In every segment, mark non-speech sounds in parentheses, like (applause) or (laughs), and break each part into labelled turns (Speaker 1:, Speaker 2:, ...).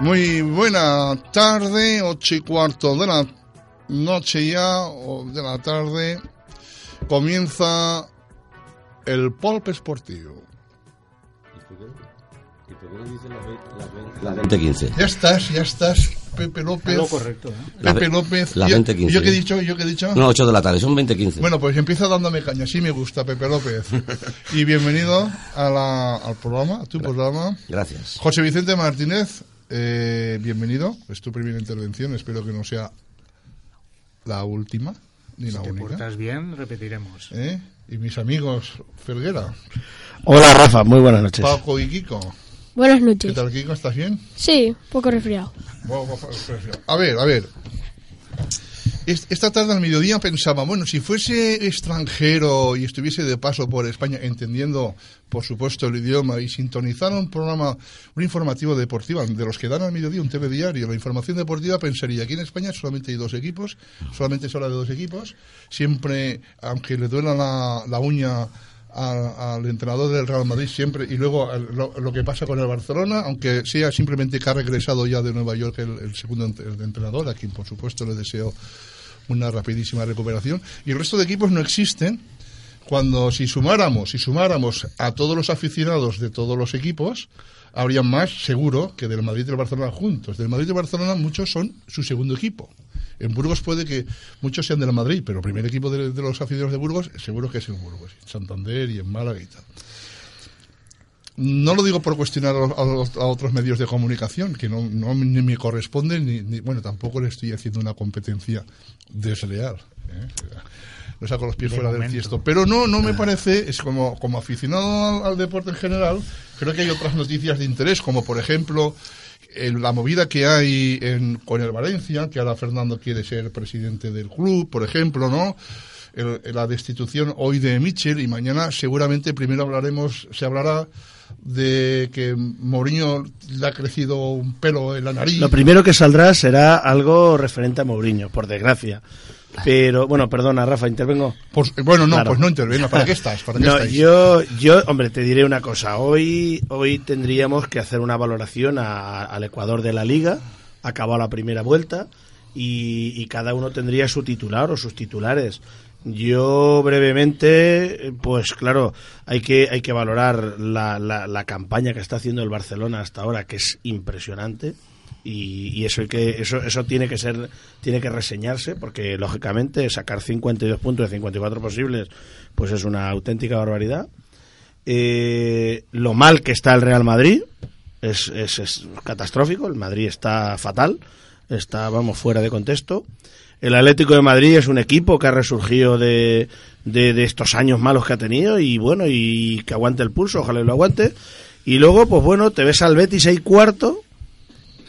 Speaker 1: Muy buena tarde, ocho y cuarto de la noche ya, o de la tarde, comienza el Polpe Esportivo.
Speaker 2: La gente 15.
Speaker 1: Ya estás, ya estás, Pepe López.
Speaker 3: Lo correcto, ¿eh?
Speaker 2: La
Speaker 1: Pepe
Speaker 2: ve-
Speaker 1: López.
Speaker 2: la
Speaker 1: Ya-
Speaker 2: 20-15.
Speaker 1: ¿Yo qué he dicho? ¿Yo qué he dicho?
Speaker 2: No, 8 de la tarde, son 20-15.
Speaker 1: Bueno, pues empieza dándome caña, sí me gusta Pepe (laughs) López. Y bienvenido a la- al programa, a tu programa.
Speaker 2: Gracias.
Speaker 1: José Vicente Martínez, eh, bienvenido. Es tu primera intervención, espero que no sea la última ni la
Speaker 3: Si te
Speaker 1: única.
Speaker 3: portas bien, repetiremos.
Speaker 1: ¿Eh? Y mis amigos Ferguera,
Speaker 4: Hola Rafa, muy buenas noches.
Speaker 1: Paco y Kiko.
Speaker 5: Buenas
Speaker 1: ¿Qué
Speaker 5: noches.
Speaker 1: tal, Kiko? ¿Estás bien?
Speaker 5: Sí, poco resfriado.
Speaker 1: Bueno, bueno, prefiero- A ver, a ver. Es- Esta tarde al mediodía pensaba, bueno, si fuese extranjero y estuviese de paso por España, entendiendo, por supuesto, el idioma y sintonizara un programa, un informativo deportivo, de los que dan al mediodía un TV diario, la información deportiva, pensaría, aquí en España solamente hay dos equipos, solamente se habla de dos equipos, siempre, aunque le duela la, la uña a- al entrenador del Real Madrid siempre y luego al- lo, lo que pasa con el Barcelona, aunque sea simplemente que ha regresado ya de Nueva York el, el segundo ent- el entrenador, a quien por supuesto le deseo una rapidísima recuperación. Y el resto de equipos no existen. Cuando si sumáramos, si sumáramos a todos los aficionados de todos los equipos, habrían más seguro que del Madrid y del Barcelona juntos. Del Madrid y del Barcelona muchos son su segundo equipo. En Burgos puede que muchos sean del Madrid, pero el primer equipo de, de los aficionados de Burgos seguro que es en Burgos, en Santander y en Málaga y tal. No lo digo por cuestionar a, los- a otros medios de comunicación, que no, no ni me corresponde, ni, ni- bueno, tampoco le estoy haciendo una competencia desleal. ¿eh? Lo saco los pies
Speaker 3: De
Speaker 1: fuera del
Speaker 3: momento. Ah.
Speaker 1: tiesto. Pero no, no me parece, es como, como aficionado al, al deporte en general, creo que hay otras noticias de interés, como por ejemplo el- la movida que hay en- con el Valencia, que ahora Fernando quiere ser presidente del club, por ejemplo, ¿no? El- la destitución hoy de Mitchell y mañana seguramente primero hablaremos, se hablará de que Mourinho le ha crecido un pelo en la nariz.
Speaker 4: Lo primero que saldrá será algo referente a Mourinho, por desgracia. Pero, bueno, perdona, Rafa, intervengo.
Speaker 1: Pues, eh, bueno, no,
Speaker 4: Claro.
Speaker 1: pues no intervenga. ¿Para qué estás? ¿Para qué
Speaker 4: No,
Speaker 1: estáis?
Speaker 4: yo, yo, hombre, te diré una cosa. Hoy, hoy tendríamos que hacer una valoración a- al Ecuador de la Liga. Acabó la primera vuelta y, y cada uno tendría su titular o sus titulares. Yo brevemente, eh, pues claro, hay que, hay que valorar la, la- la campaña que está haciendo el Barcelona hasta ahora, que es impresionante y, y eso hay que eso eso tiene que ser tiene que reseñarse porque lógicamente sacar 52 puntos de 54 posibles pues es una auténtica barbaridad Eh, lo mal que está el Real Madrid es, es- es catastrófico el Madrid está fatal está vamos fuera de contexto el Atlético de Madrid es un equipo que ha resurgido de, de- de estos años malos que ha tenido y bueno y que aguante el pulso ojalá y lo aguante y luego pues bueno te ves al Betis ahí cuarto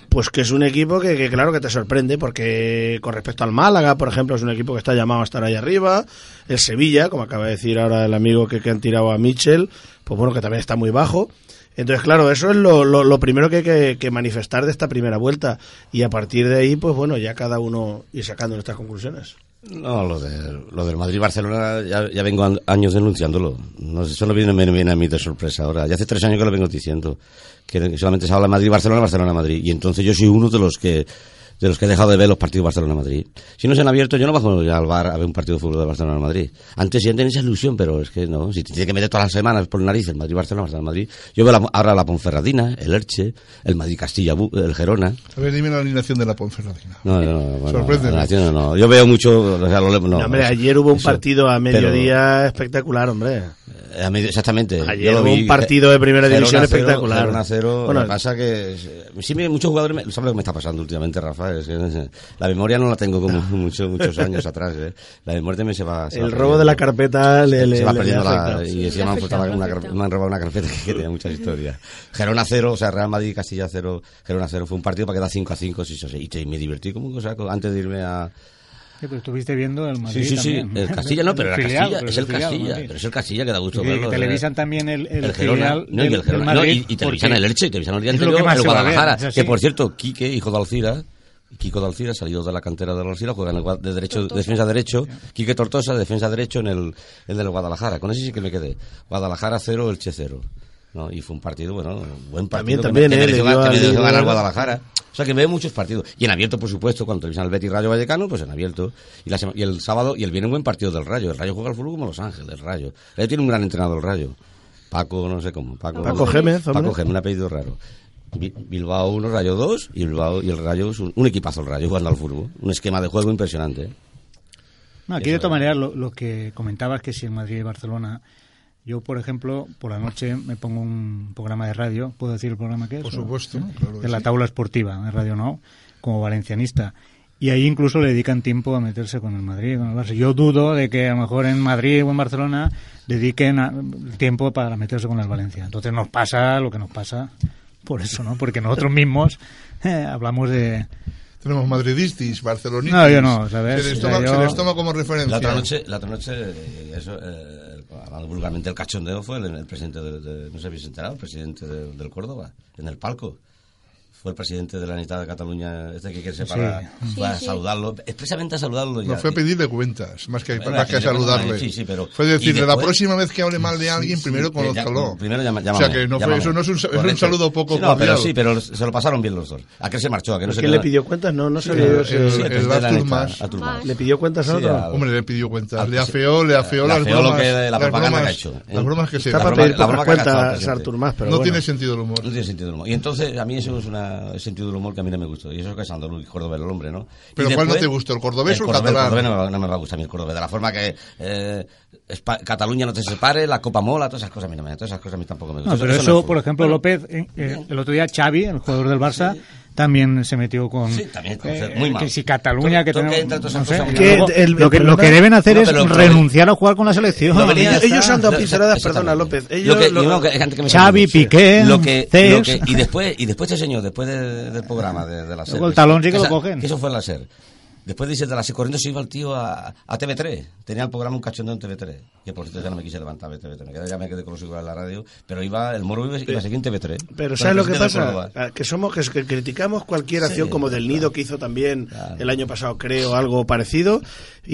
Speaker 4: pues que es un equipo que, que claro que te sorprende porque con respecto al Málaga, por ejemplo, es un equipo que está llamado a estar ahí arriba. El Sevilla, como acaba de decir ahora el amigo que, que han tirado a Mitchell, pues bueno, que también está muy bajo. Entonces, claro, eso es lo, lo- lo primero que hay que, que manifestar de esta primera vuelta. Y a partir de ahí, pues bueno, ya cada uno ir sacando nuestras conclusiones.
Speaker 2: No, lo, de- lo del Madrid-Barcelona ya, ya vengo an- años denunciándolo. No sé, eso no viene, me viene a mí de sorpresa ahora. Ya hace tres años que lo vengo diciendo. Que solamente se habla Madrid-Barcelona, Barcelona-Madrid. Y entonces yo soy uno de los que de los que he dejado de ver los partidos Barcelona-Madrid. Si no se han abierto, yo no bajo al bar a ver un partido de fútbol de Barcelona-Madrid. Antes sí tenía esa ilusión, pero es que no. Si te tiene que meter todas las semanas por nariz el Madrid-Barcelona, Barcelona-Madrid. Yo veo la- ahora la Ponferradina, el Elche, el Madrid-Castilla, Bu- el Gerona.
Speaker 1: A ver, dime la alineación de la Ponferradina.
Speaker 2: No, no, no, bueno,
Speaker 1: Sorpréndeme.
Speaker 2: la nación no. Yo veo mucho. o sea, lo leo- no,
Speaker 4: No, hombre,
Speaker 2: eso-
Speaker 4: ayer hubo un
Speaker 2: eso.
Speaker 4: partido a
Speaker 2: Pero,
Speaker 4: mediodía espectacular, hombre.
Speaker 2: eh, a medio- exactamente.
Speaker 4: Ayer
Speaker 2: Yo lo
Speaker 4: hubo
Speaker 2: vi.
Speaker 4: un partido de primera
Speaker 2: Gerona
Speaker 4: división
Speaker 2: cero,
Speaker 4: espectacular.
Speaker 2: Gerona cero.
Speaker 4: Bueno,
Speaker 2: lo que pasa que. eh, Sí, me- muchos jugadores. me- ¿Sabes lo que me está pasando últimamente, Rafa? Es que, eh, la memoria no la tengo como (laughs) mucho- muchos años atrás. eh. La memoria también se va. se va
Speaker 4: El robo de la
Speaker 2: perdiendo.
Speaker 4: carpeta le, le-
Speaker 2: se va
Speaker 4: le
Speaker 2: perdiendo
Speaker 4: afecta.
Speaker 2: la, y
Speaker 5: Sí,
Speaker 2: encima me han,
Speaker 5: afecta,
Speaker 2: faltado una
Speaker 5: afecta.
Speaker 2: car- me han robado una carpeta (laughs) que tenía muchas historias. Gerona 0, o sea, Real Madrid Castilla 0, Gerona 0. Fue un partido para quedar 5 a 5, 6 a 6. Y te- me divertí como un cosaco antes de irme a,
Speaker 3: Sí, pero estuviste viendo el Madrid
Speaker 2: Sí, sí, sí.
Speaker 3: también.
Speaker 2: El
Speaker 3: (laughs)
Speaker 2: Castilla no, pero era
Speaker 3: Filial,
Speaker 2: Castilla.
Speaker 3: pero
Speaker 2: Es el
Speaker 3: filial,
Speaker 2: Castilla.
Speaker 3: Madrid.
Speaker 2: Pero es el Castilla que da
Speaker 3: Y
Speaker 2: gusto
Speaker 3: que- que
Speaker 2: verlo.
Speaker 3: televisan también el, el,
Speaker 2: el Gerona,
Speaker 3: filial
Speaker 2: no, y
Speaker 3: del-
Speaker 2: el Gerona,
Speaker 3: del
Speaker 2: no, y-
Speaker 3: Madrid,
Speaker 2: y, televisan
Speaker 3: porque
Speaker 2: el Elche, y televisaron el día
Speaker 3: es lo
Speaker 2: anterior
Speaker 3: que más
Speaker 2: el
Speaker 3: se va a ver,
Speaker 2: Guadalajara,
Speaker 3: es así.
Speaker 2: que por cierto, Quique, hijo de Alcira, Kiko de Alcira, salido de la cantera de Alcira, juega en el Gua- de derecho, defensa derecho, Quique Tortosa, defensa derecho en el, el del Guadalajara, con ese sí que me quedé, Guadalajara 0, Elche 0. ¿no? Y fue un partido, bueno, buen partido. que
Speaker 4: También, también,
Speaker 2: me- que mereció,
Speaker 4: ¿eh? Le dio
Speaker 2: que
Speaker 4: al-
Speaker 2: mereció ganar Guadalajara. O sea que veo muchos partidos. Y en abierto, por supuesto, cuando televisan el Betis Rayo Vallecano, pues en abierto. Y, la sema- y el sábado, y el viene un buen partido del Rayo. El Rayo juega al fútbol como Los Ángeles, el Rayo. Él tiene un gran entrenador, el Rayo. Paco, no sé cómo. Paco,
Speaker 4: Paco Gémez, hombre.
Speaker 2: Paco Gémez, un apellido raro. Bi- Bilbao 1, Rayo 2 y, Bilbao, y el Rayo es un, un equipazo el Rayo jugando al fútbol. Un esquema de juego impresionante. ¿eh?
Speaker 3: No, aquí de todas maneras lo, lo que comentabas que si en Madrid y Barcelona, yo por ejemplo por la noche me pongo un programa de radio, puedo decir el programa que es.
Speaker 1: Por
Speaker 3: ¿O?
Speaker 1: supuesto, claro que
Speaker 3: de la
Speaker 1: sí.
Speaker 3: tabla esportiva, de Radio No, como valencianista. Y ahí incluso le dedican tiempo a meterse con el Madrid, con el Barça. Yo dudo de que a lo mejor en Madrid o en Barcelona dediquen a- tiempo para meterse con el Valencia. Entonces nos pasa lo que nos pasa por eso, ¿no? Porque nosotros mismos (laughs) eh, hablamos de...
Speaker 1: Tenemos madridistas, barcelonistas.
Speaker 3: No, yo no, ¿sabes?
Speaker 1: Se les
Speaker 3: O sea,
Speaker 1: toma,
Speaker 3: yo-
Speaker 1: se les toma como referencia.
Speaker 2: La otra noche, la otra noche eh, eso, eh, el- hablando vulgarmente el cachondeo fue el, el presidente, de, de- no sé si habéis enterado, el presidente de- del Córdoba, en el palco. Fue el presidente de la Unidad de Cataluña, este que quiere separar,
Speaker 5: Sí.
Speaker 2: fue a
Speaker 5: Sí, sí.
Speaker 2: saludarlo, expresamente a saludarlo.
Speaker 1: No
Speaker 2: ya.
Speaker 1: fue a pedirle cuentas, más que,
Speaker 2: Bueno,
Speaker 1: más que a
Speaker 2: sí, bueno,
Speaker 1: saludarle.
Speaker 2: sí, sí, pero-
Speaker 1: Fue decirle,
Speaker 2: y
Speaker 1: la
Speaker 2: después-
Speaker 1: próxima vez que hable mal de alguien,
Speaker 2: Sí,
Speaker 1: primero
Speaker 2: sí, eh, ya-
Speaker 1: conózcalo.
Speaker 2: primero llama-
Speaker 1: o
Speaker 2: llámame,
Speaker 1: sea que no fue,
Speaker 2: llámame.
Speaker 1: eso no es un, es un
Speaker 2: Correcto.
Speaker 1: saludo poco
Speaker 2: Sí, no, pero
Speaker 1: cordial.
Speaker 2: sí, pero se lo pasaron bien los dos. ¿A qué se marchó? ¿A qué no se
Speaker 4: Pues ¿Quién le
Speaker 2: quedó?
Speaker 4: pidió cuentas? No, no se
Speaker 1: el-
Speaker 4: le
Speaker 1: Eh, el-
Speaker 2: Sí,
Speaker 1: el
Speaker 2: presidente de la
Speaker 1: Artur
Speaker 2: Unidad,
Speaker 1: Mas.
Speaker 2: Artur Mas.
Speaker 4: ¿Le pidió cuentas a
Speaker 2: Sí,
Speaker 4: otro?
Speaker 2: a-
Speaker 1: Hombre, le pidió cuentas.
Speaker 2: Al-
Speaker 1: Le afeó, le afeó
Speaker 2: Le
Speaker 1: las
Speaker 2: afeó lo
Speaker 1: bromas.
Speaker 2: que- la
Speaker 1: las
Speaker 2: propaganda
Speaker 1: bromas-
Speaker 2: que ha hecho, ¿eh?
Speaker 1: Las bromas que se
Speaker 4: Está para
Speaker 2: broma-
Speaker 4: pedir
Speaker 2: la
Speaker 4: pocas
Speaker 2: broma que ha gastado el
Speaker 4: cuentas
Speaker 2: presidente.
Speaker 4: Artur Mas,
Speaker 1: No
Speaker 4: pero bueno.
Speaker 1: tiene sentido el humor.
Speaker 2: No tiene sentido del humor. Y entonces, a mí eso es un sentido del humor que a mí no me gustó. Y eso es que es Andaluz y Córdoba el hombre, ¿no? Y
Speaker 1: ¿Pero cuál no
Speaker 2: después-
Speaker 1: te gustó, el cordobés o el
Speaker 2: cordobés,
Speaker 1: catalán?
Speaker 2: cordobés no, me va- no me va a gustar a mí el cordobés. De la forma que eh, Espa- Cataluña no te separe, la Copa Mola, todas esas cosas a mí no me Todas esas cosas a mí tampoco me
Speaker 3: No,
Speaker 2: gustan.
Speaker 3: pero eso,
Speaker 2: no es
Speaker 3: por
Speaker 2: fútbol.
Speaker 3: ejemplo, López, eh, eh, el otro día Xavi, el jugador del Barça, también se metió con...
Speaker 2: Sí, también, con-
Speaker 3: eh,
Speaker 2: muy mal.
Speaker 3: Que si Cataluña, que
Speaker 2: Todo- todo
Speaker 3: tenemos...
Speaker 2: que entra, todas
Speaker 3: no
Speaker 2: esas
Speaker 3: sé,
Speaker 2: cosas.
Speaker 3: y
Speaker 4: Que
Speaker 3: luego
Speaker 4: el-
Speaker 3: lo, que,
Speaker 4: el
Speaker 3: lo que
Speaker 4: problema-
Speaker 3: deben hacer
Speaker 2: No,
Speaker 3: es
Speaker 2: pero-
Speaker 3: renunciar a jugar con la selección.
Speaker 2: Lo venía-
Speaker 4: Ellos- ellos han dado
Speaker 2: Lo-
Speaker 4: pinceladas, perdona,
Speaker 2: exactamente.
Speaker 4: López. Ellos
Speaker 2: Lo que-
Speaker 4: lo-
Speaker 2: yo creo que- antes que me
Speaker 3: Xavi,
Speaker 2: olvide, sí.
Speaker 3: Piqué,
Speaker 2: lo que,
Speaker 3: Cés.
Speaker 2: lo que- y después y después este señor, después de- del programa de, de la SER.
Speaker 3: Luego el talón sí que lo
Speaker 2: esa-
Speaker 3: cogen.
Speaker 2: Eso fue en la SER. Después de irse de la SER corriendo se iba el tío a, a TV3. Tenía el programa un cachondeo en TV3. Que por cierto ya no me quise levantar de TV3. Me quedé, ya me quedé con los hijos de la radio. Pero iba, el moro iba, iba a seguir en TV3.
Speaker 4: Pero
Speaker 2: Con
Speaker 4: ¿sabes
Speaker 2: el
Speaker 4: lo que
Speaker 2: presidente de
Speaker 4: pasa?
Speaker 2: Córdoba.
Speaker 4: Ah, Que somos que, que criticamos cualquier acción como del nido que hizo también el año pasado, creo, algo parecido.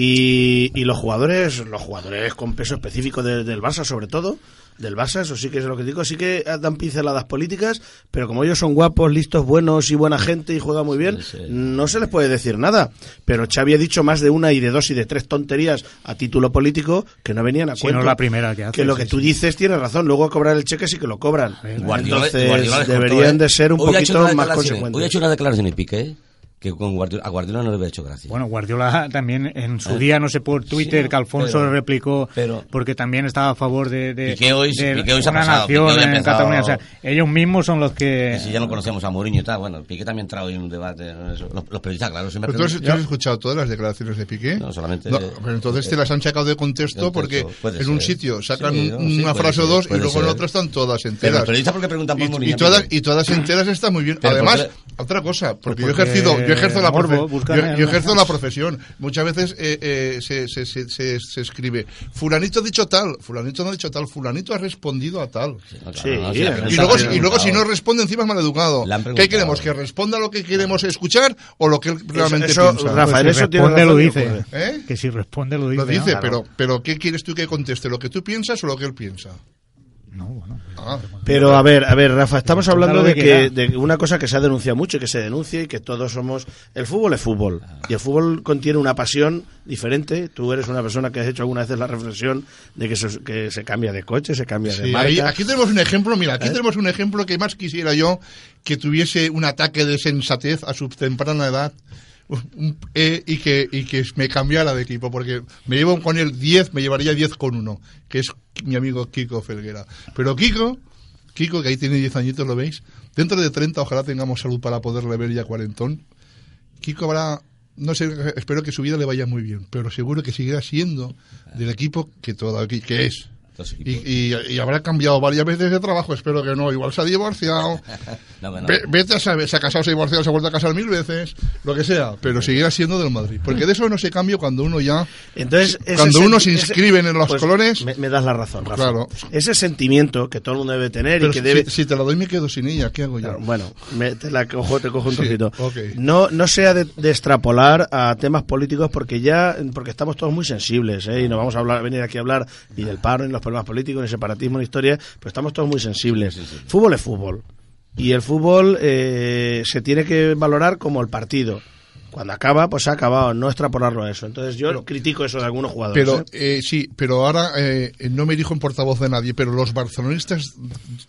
Speaker 4: Y, y los jugadores, los jugadores con peso específico de- del Barça, sobre todo, del Barça, eso sí que es lo que digo, sí que dan pinceladas políticas, pero como ellos son guapos, listos, buenos y buena gente y juegan muy bien,
Speaker 2: Sí, sí.
Speaker 4: no se les puede decir nada. Pero Xavi ha dicho más de una y de dos y de tres tonterías a título político que no venían a
Speaker 3: Si
Speaker 4: cuento.
Speaker 3: no, la primera que hace,
Speaker 4: lo
Speaker 3: sí,
Speaker 4: que tú
Speaker 3: sí.
Speaker 4: dices tienes razón, luego a cobrar el cheque sí que lo cobran.
Speaker 2: Guardiola-
Speaker 4: Ah, Entonces,
Speaker 2: Guardiola les cortó,
Speaker 4: deberían
Speaker 2: ¿eh?
Speaker 4: de ser un
Speaker 2: Hoy ha hecho
Speaker 4: poquito
Speaker 2: una
Speaker 4: más
Speaker 2: declaración, Hoy ha
Speaker 4: consecuentes.
Speaker 2: hecho una declaración de Piqué que con Guardiola, a Guardiola no le había hecho gracia.
Speaker 3: Bueno, Guardiola (laughs) también en su
Speaker 2: ¿Eh?
Speaker 3: día, no sé por Twitter,
Speaker 2: Sí,
Speaker 3: que Alfonso
Speaker 2: pero-
Speaker 3: replicó,
Speaker 2: pero-
Speaker 3: porque también estaba a favor de, de,
Speaker 2: Piqué hoy-
Speaker 3: de
Speaker 2: Piqué hoy se ha
Speaker 3: una
Speaker 2: pasado,
Speaker 3: nación
Speaker 2: Piqué hoy ha
Speaker 3: en
Speaker 2: empezado-
Speaker 3: Cataluña. O sea, ellos mismos son los que...
Speaker 2: Y si ya no conocemos a Mourinho y tal, bueno, Piqué también entra hoy en un debate. ¿no? Eso, Los, los periodistas, claro, siempre
Speaker 1: Pero tú, has,
Speaker 2: preguntan-
Speaker 1: tú has escuchado todas las declaraciones de Piqué.
Speaker 2: No, solamente-
Speaker 1: pero entonces te las han sacado de contexto
Speaker 2: Contexto,
Speaker 1: porque
Speaker 2: puede
Speaker 1: en un
Speaker 2: ser.
Speaker 1: sitio sacan
Speaker 2: Sí,
Speaker 1: un-
Speaker 2: no, sí,
Speaker 1: una
Speaker 2: puede
Speaker 1: frase o
Speaker 2: ser,
Speaker 1: dos y
Speaker 2: puede
Speaker 1: luego en
Speaker 2: ser.
Speaker 1: otra están todas
Speaker 2: Pero los
Speaker 1: enteras.
Speaker 2: periodistas porque preguntan por
Speaker 1: Y, y
Speaker 2: Mourinho.
Speaker 1: todas,
Speaker 2: Piqué.
Speaker 1: y todas enteras están muy bien.
Speaker 2: Pero
Speaker 1: Además,
Speaker 2: porque
Speaker 1: otra cosa, porque, yo
Speaker 3: porque
Speaker 1: ejercido, yo ejerzo la
Speaker 3: morbo,
Speaker 1: profe-
Speaker 3: buscan
Speaker 1: yo-
Speaker 3: el-
Speaker 1: yo ejerzo la profesión. Muchas veces eh, eh, se, se- se- se- se escribe, fulanito ha dicho tal, fulanito no ha dicho tal, fulanito ha respondido a tal.
Speaker 2: No,
Speaker 4: Sí,
Speaker 2: no, no, si
Speaker 4: y
Speaker 2: la
Speaker 1: Y
Speaker 2: pregunta-
Speaker 1: luego,
Speaker 4: Le
Speaker 1: si-
Speaker 4: han
Speaker 1: y luego si no responde encima es maleducado.
Speaker 2: Le han
Speaker 1: ¿Qué
Speaker 2: preguntado.
Speaker 1: queremos? ¿Que responda lo que queremos escuchar o lo que él realmente
Speaker 4: eso,
Speaker 1: piensa?
Speaker 4: Rafa, Rafael,
Speaker 3: Pues si
Speaker 4: eso tiene
Speaker 3: responde, lo
Speaker 4: razón,
Speaker 3: dice.
Speaker 1: ocurre. ¿Eh?
Speaker 3: Que si responde, lo dice.
Speaker 1: Lo dice,
Speaker 3: ¿no?
Speaker 1: pero, pero ¿qué quieres tú que conteste? ¿Lo que tú piensas o lo que él piensa?
Speaker 3: No, bueno, pues-
Speaker 1: Ah,
Speaker 4: Pero a ver, a ver, Rafa, estamos
Speaker 3: Pues
Speaker 4: hablando
Speaker 3: claro
Speaker 4: de
Speaker 3: que
Speaker 4: que
Speaker 3: queda.
Speaker 4: de una cosa que se ha denunciado mucho y que se denuncia y que todos somos el fútbol es fútbol y el fútbol contiene una pasión diferente. Tú eres una persona que has hecho alguna vez la reflexión de que se, que se cambia de coche, se cambia de
Speaker 1: sí,
Speaker 4: marca. ¿Eh?
Speaker 1: ahí- aquí tenemos un ejemplo, mira, aquí tenemos un ejemplo que más quisiera yo que tuviese un ataque de sensatez a su temprana edad un- eh, y, que, y que me cambiara de equipo, porque me llevo con él 10, me llevaría 10 con uno, que es mi amigo Kiko Felguera. Pero Kiko, Kiko, que ahí tiene 10 añitos, ¿lo veis? Dentro de 30, ojalá tengamos salud para poderle ver ya cuarentón. Kiko habrá, no sé, espero que su vida le vaya muy bien, pero seguro que seguirá siendo del equipo que, todo, que que es.
Speaker 2: Dos equipos.
Speaker 1: Y, y- y habrá cambiado varias veces de trabajo, espero que no. Igual se ha
Speaker 4: (laughs)
Speaker 1: divorciado.
Speaker 2: No, que no.
Speaker 1: Ve- Vete a saber, se ha casado, se ha divorciado, se ha vuelto a casar mil veces, lo que sea, pero seguirá siendo del Madrid. Porque de eso no se cambia cuando uno ya.
Speaker 4: Entonces, ese
Speaker 1: Cuando uno
Speaker 4: senti-
Speaker 1: se
Speaker 4: ese-
Speaker 1: inscribe en los
Speaker 4: pues,
Speaker 1: colores.
Speaker 4: me, me das la razón, Rafa.
Speaker 1: Claro.
Speaker 4: Ese sentimiento que todo el mundo debe tener
Speaker 1: pero
Speaker 4: y que
Speaker 1: si-
Speaker 4: debe
Speaker 1: si, te la doy, me quedo sin ella. ¿Qué hago yo?
Speaker 4: Claro, bueno, me- te la cojo, te cojo un
Speaker 1: Sí,
Speaker 4: trocito.
Speaker 1: ok.
Speaker 4: No, no sea de, de extrapolar a temas políticos porque ya, porque estamos todos muy sensibles, ¿eh? y no vamos a hablar, venir aquí a hablar ni del paro ni los problemas políticos, ni separatismo, ni historia, pero estamos todos muy sensibles. Fútbol es fútbol. Y el fútbol eh, se tiene que valorar como el partido. Cuando acaba, pues ha acabado, no extrapolarlo a eso. Entonces yo critico eso de algunos jugadores.
Speaker 1: Pero
Speaker 4: ¿eh?
Speaker 1: eh, sí, pero ahora eh, no me dijo en portavoz de nadie, pero los barcelonistas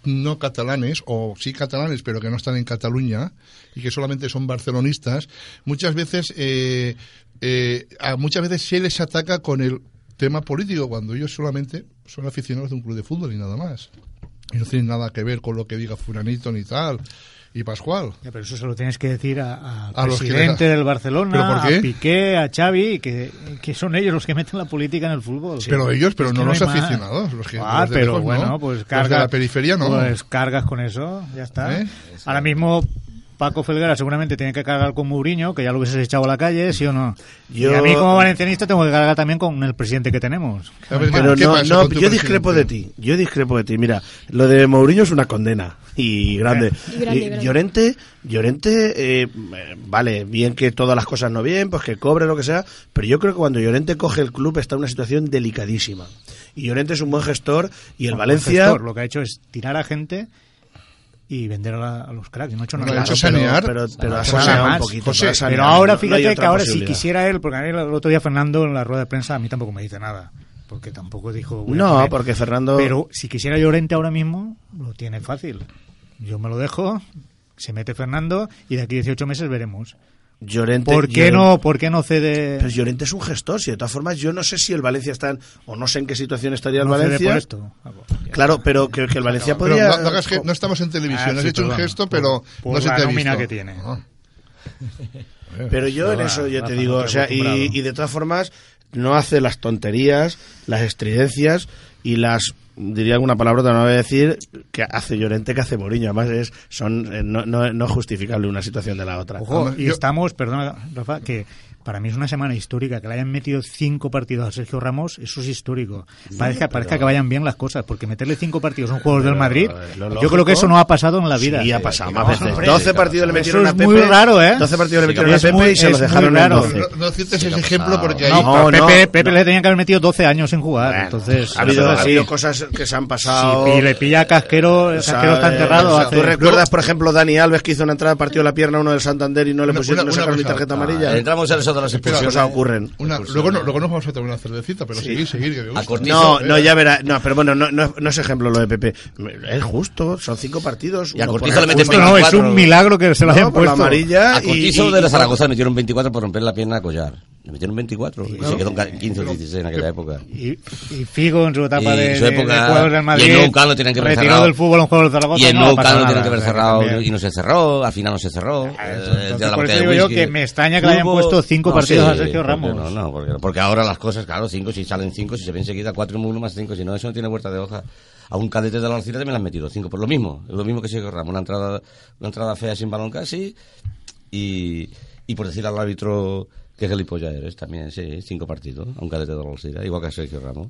Speaker 1: no catalanes, o sí catalanes, pero que no están en Cataluña y que solamente son barcelonistas, muchas veces, eh, eh, a muchas veces se les ataca con el tema político cuando ellos solamente son aficionados de un club de fútbol y nada más. Y no tienen nada que ver con lo que diga Furanito ni tal. Y Pascual.
Speaker 3: Ya, pero eso se lo tienes que decir a,
Speaker 1: A
Speaker 3: al
Speaker 1: los que
Speaker 3: presidente
Speaker 1: le-
Speaker 3: del
Speaker 1: ¿Pero por
Speaker 3: Barcelona,
Speaker 1: qué?
Speaker 3: a Piqué, a Xavi, que, que son ellos los que meten la política en el fútbol.
Speaker 1: Pero ellos, pero
Speaker 3: Es que
Speaker 1: no, los
Speaker 3: hay más.
Speaker 1: aficionados, los que
Speaker 3: Ah,
Speaker 1: los de
Speaker 3: pero
Speaker 1: lejos,
Speaker 3: bueno,
Speaker 1: no.
Speaker 3: pues
Speaker 1: Los
Speaker 3: cargas.
Speaker 1: de la periferia no.
Speaker 3: Pues cargas con eso, ya está.
Speaker 1: ¿Eh?
Speaker 3: Ahora mismo Paco Felguera seguramente tiene que cargar con Mourinho, que ya lo hubieses echado a la calle, ¿sí o no?
Speaker 4: Yo-
Speaker 3: Y a mí como valencianista tengo que cargar también con el presidente que tenemos.
Speaker 1: A ver,
Speaker 4: Pero
Speaker 1: ¿qué
Speaker 4: no,
Speaker 1: pasa
Speaker 4: no,
Speaker 1: con tu
Speaker 4: yo discrepo de
Speaker 1: presidente?
Speaker 4: ti. Yo discrepo de ti. Mira, lo de Mourinho es una condena. Y grande.
Speaker 5: Y grande,
Speaker 4: Y
Speaker 5: grande.
Speaker 4: Llorente, Llorente eh, vale, bien que todas las cosas no bien, pues que cobre lo que sea. Pero yo creo que cuando Llorente coge el club está en una situación delicadísima. Y Llorente es un buen gestor. Y el
Speaker 3: Como
Speaker 4: Valencia.
Speaker 3: gestor, lo que ha hecho es tirar a gente y vender a, la- a los cracks. No ha hecho
Speaker 1: No,
Speaker 3: nada.
Speaker 1: ha hecho
Speaker 4: pero-
Speaker 1: sanear.
Speaker 4: Pero, pero ha
Speaker 3: Nada
Speaker 4: saneado un
Speaker 3: más.
Speaker 4: poquito.
Speaker 1: José,
Speaker 4: pero ha saneado.
Speaker 3: Pero ahora
Speaker 4: No hay
Speaker 3: fíjate que
Speaker 4: otra
Speaker 3: ahora si
Speaker 4: posibilidad.
Speaker 3: quisiera él, porque a mí el otro día Fernando en la rueda de prensa a mí tampoco me dice nada, porque tampoco dijo... voy a
Speaker 4: No,
Speaker 3: poner-
Speaker 4: porque Fernando.
Speaker 3: Pero si quisiera Llorente ahora mismo, lo tiene fácil. Yo me lo dejo, se mete Fernando y de aquí 18 meses veremos.
Speaker 4: Llorente.
Speaker 3: ¿Por qué
Speaker 4: Llorente-
Speaker 3: no, por qué no cede,
Speaker 4: Pues Llorente es un gestor, si de todas formas yo no sé si el Valencia está en, o no sé en qué situación estaría el
Speaker 3: no cede
Speaker 4: Valencia.
Speaker 3: por esto? Ah, pues, ya.
Speaker 4: Claro, pero que, que el Valencia
Speaker 1: Pero
Speaker 4: podría.
Speaker 1: no, no hagas ge- no estamos en televisión,
Speaker 3: Ah,
Speaker 1: has
Speaker 3: sí,
Speaker 1: hecho un
Speaker 3: perdona,
Speaker 1: gesto,
Speaker 3: por-
Speaker 1: pero
Speaker 3: por
Speaker 1: no se
Speaker 3: la
Speaker 1: te ha
Speaker 3: nómina
Speaker 1: visto.
Speaker 3: que tiene.
Speaker 1: Ah.
Speaker 4: Pero yo en
Speaker 3: Pero
Speaker 4: eso
Speaker 3: va,
Speaker 4: yo te
Speaker 3: Rafa,
Speaker 4: digo,
Speaker 3: no
Speaker 4: o
Speaker 3: te
Speaker 4: sea, y,
Speaker 3: acostumbrado.
Speaker 4: y de todas formas no hace las tonterías, las estridencias y las diría alguna palabra que no voy a decir que hace Llorente que hace Mourinho, además es son eh, no, no, no es justificable una situación de la otra.
Speaker 3: Ojo, y
Speaker 1: Yo-
Speaker 3: estamos, perdona Rafa, que para mí es una semana histórica, que le hayan metido cinco partidos a Sergio Ramos, eso es histórico. Parezca, parezca que vayan bien las cosas, porque meterle cinco partidos a un jugador del Madrid,
Speaker 2: eh,
Speaker 4: es lo
Speaker 3: yo
Speaker 4: lógico.
Speaker 3: creo que eso no ha pasado en la vida.
Speaker 4: Y ha pasado más
Speaker 2: no,
Speaker 4: veces.
Speaker 2: hombre,
Speaker 4: 12
Speaker 2: sí,
Speaker 4: partidos le
Speaker 2: claro.
Speaker 4: metieron
Speaker 3: Eso
Speaker 4: a
Speaker 3: es
Speaker 4: Pepe.
Speaker 3: muy raro, ¿eh?
Speaker 4: 12 partidos le metieron a
Speaker 3: Es
Speaker 4: Pepe
Speaker 3: muy-
Speaker 4: y se
Speaker 3: es
Speaker 4: los
Speaker 3: muy
Speaker 4: dejaron en
Speaker 3: raro.
Speaker 4: 12.
Speaker 1: No, no cites
Speaker 2: Sí,
Speaker 1: ese
Speaker 2: que ha
Speaker 1: ejemplo
Speaker 2: pasado.
Speaker 1: porque ahí...
Speaker 3: No,
Speaker 4: No,
Speaker 3: pero
Speaker 4: no,
Speaker 3: Pepe, Pepe le tenían que haber metido 12 años en jugar,
Speaker 4: Bueno,
Speaker 3: entonces...
Speaker 4: ha habido,
Speaker 3: eso
Speaker 4: ha
Speaker 3: es así.
Speaker 4: habido cosas que se han pasado.
Speaker 3: Sí, y le pilla a Casquero, el Casquero está
Speaker 4: ¿Sabes?
Speaker 3: enterrado.
Speaker 4: O sea,
Speaker 3: hace-
Speaker 4: ¿Tú recuerdas, por ejemplo, Dani Alves que hizo una entrada, partió la pierna a uno del Santander y no le
Speaker 1: Una-
Speaker 4: pusieron
Speaker 1: una-
Speaker 4: no
Speaker 1: una
Speaker 4: sacaron ni
Speaker 1: cosa.
Speaker 4: tarjeta
Speaker 2: Ah,
Speaker 4: amarilla? Pues
Speaker 2: entramos ahora nosotros a las
Speaker 4: Las
Speaker 2: expulsiones.
Speaker 4: cosas ocurren.
Speaker 1: Una- luego, no- luego nos vamos a tomar una cervecita, pero seguir, seguir. que me gusta.
Speaker 2: A cortizo. eh.
Speaker 4: No, no, ya verás. No, pero bueno, no, no, es- no es ejemplo lo de Pepe. Es justo, son cinco partidos.
Speaker 2: Y a
Speaker 4: uno por
Speaker 2: Cortizo
Speaker 4: la-
Speaker 2: le meten
Speaker 4: justo,
Speaker 3: No, es
Speaker 2: 24.
Speaker 3: un milagro que se lo
Speaker 4: no,
Speaker 3: hayan
Speaker 4: por la
Speaker 3: puesto.
Speaker 4: amarilla.
Speaker 2: A
Speaker 4: y-
Speaker 2: Cortizo
Speaker 4: y-
Speaker 2: de la
Speaker 4: y-
Speaker 2: Zaragoza le metieron 24 por romper la pierna a Collar. Le metieron 24 y se quedó en ca- 15 o 16 en aquella época.
Speaker 3: Y, y Figo en su etapa
Speaker 2: Y
Speaker 3: de,
Speaker 2: en su
Speaker 3: de-
Speaker 2: época-
Speaker 3: de jugador del Madrid.
Speaker 2: y el Nou Camp lo tenían que haber
Speaker 3: retiró
Speaker 2: cerrado.
Speaker 3: del fútbol a un jugador de Zaragoza.
Speaker 2: Y el
Speaker 3: no
Speaker 2: nuevo
Speaker 3: pasa
Speaker 2: Cano
Speaker 3: nada,
Speaker 2: tiene que haber
Speaker 3: o sea,
Speaker 2: cerrado
Speaker 3: también.
Speaker 2: y no se cerró, al final no se cerró. eh,
Speaker 3: entonces,
Speaker 2: de la botella
Speaker 3: por eso
Speaker 2: de
Speaker 3: digo yo
Speaker 2: whisky.
Speaker 3: que me extraña que le hayan puesto cinco partidos a Sergio
Speaker 2: porque
Speaker 3: Ramos.
Speaker 2: No, no, porque, porque ahora las cosas, claro, cinco, si salen cinco, si se ven seguida, cuatro más uno más cinco, si no, eso no tiene vuelta de hoja. A un cadete de la Alcira también le han metido cinco, por lo mismo, es lo mismo que Sergio Ramos, una entrada, una entrada fea sin balón casi, y, y por decir al árbitro que gilipollas eres también, sí, cinco partidos, a un cadete de la Alcira, igual que a Sergio Ramos.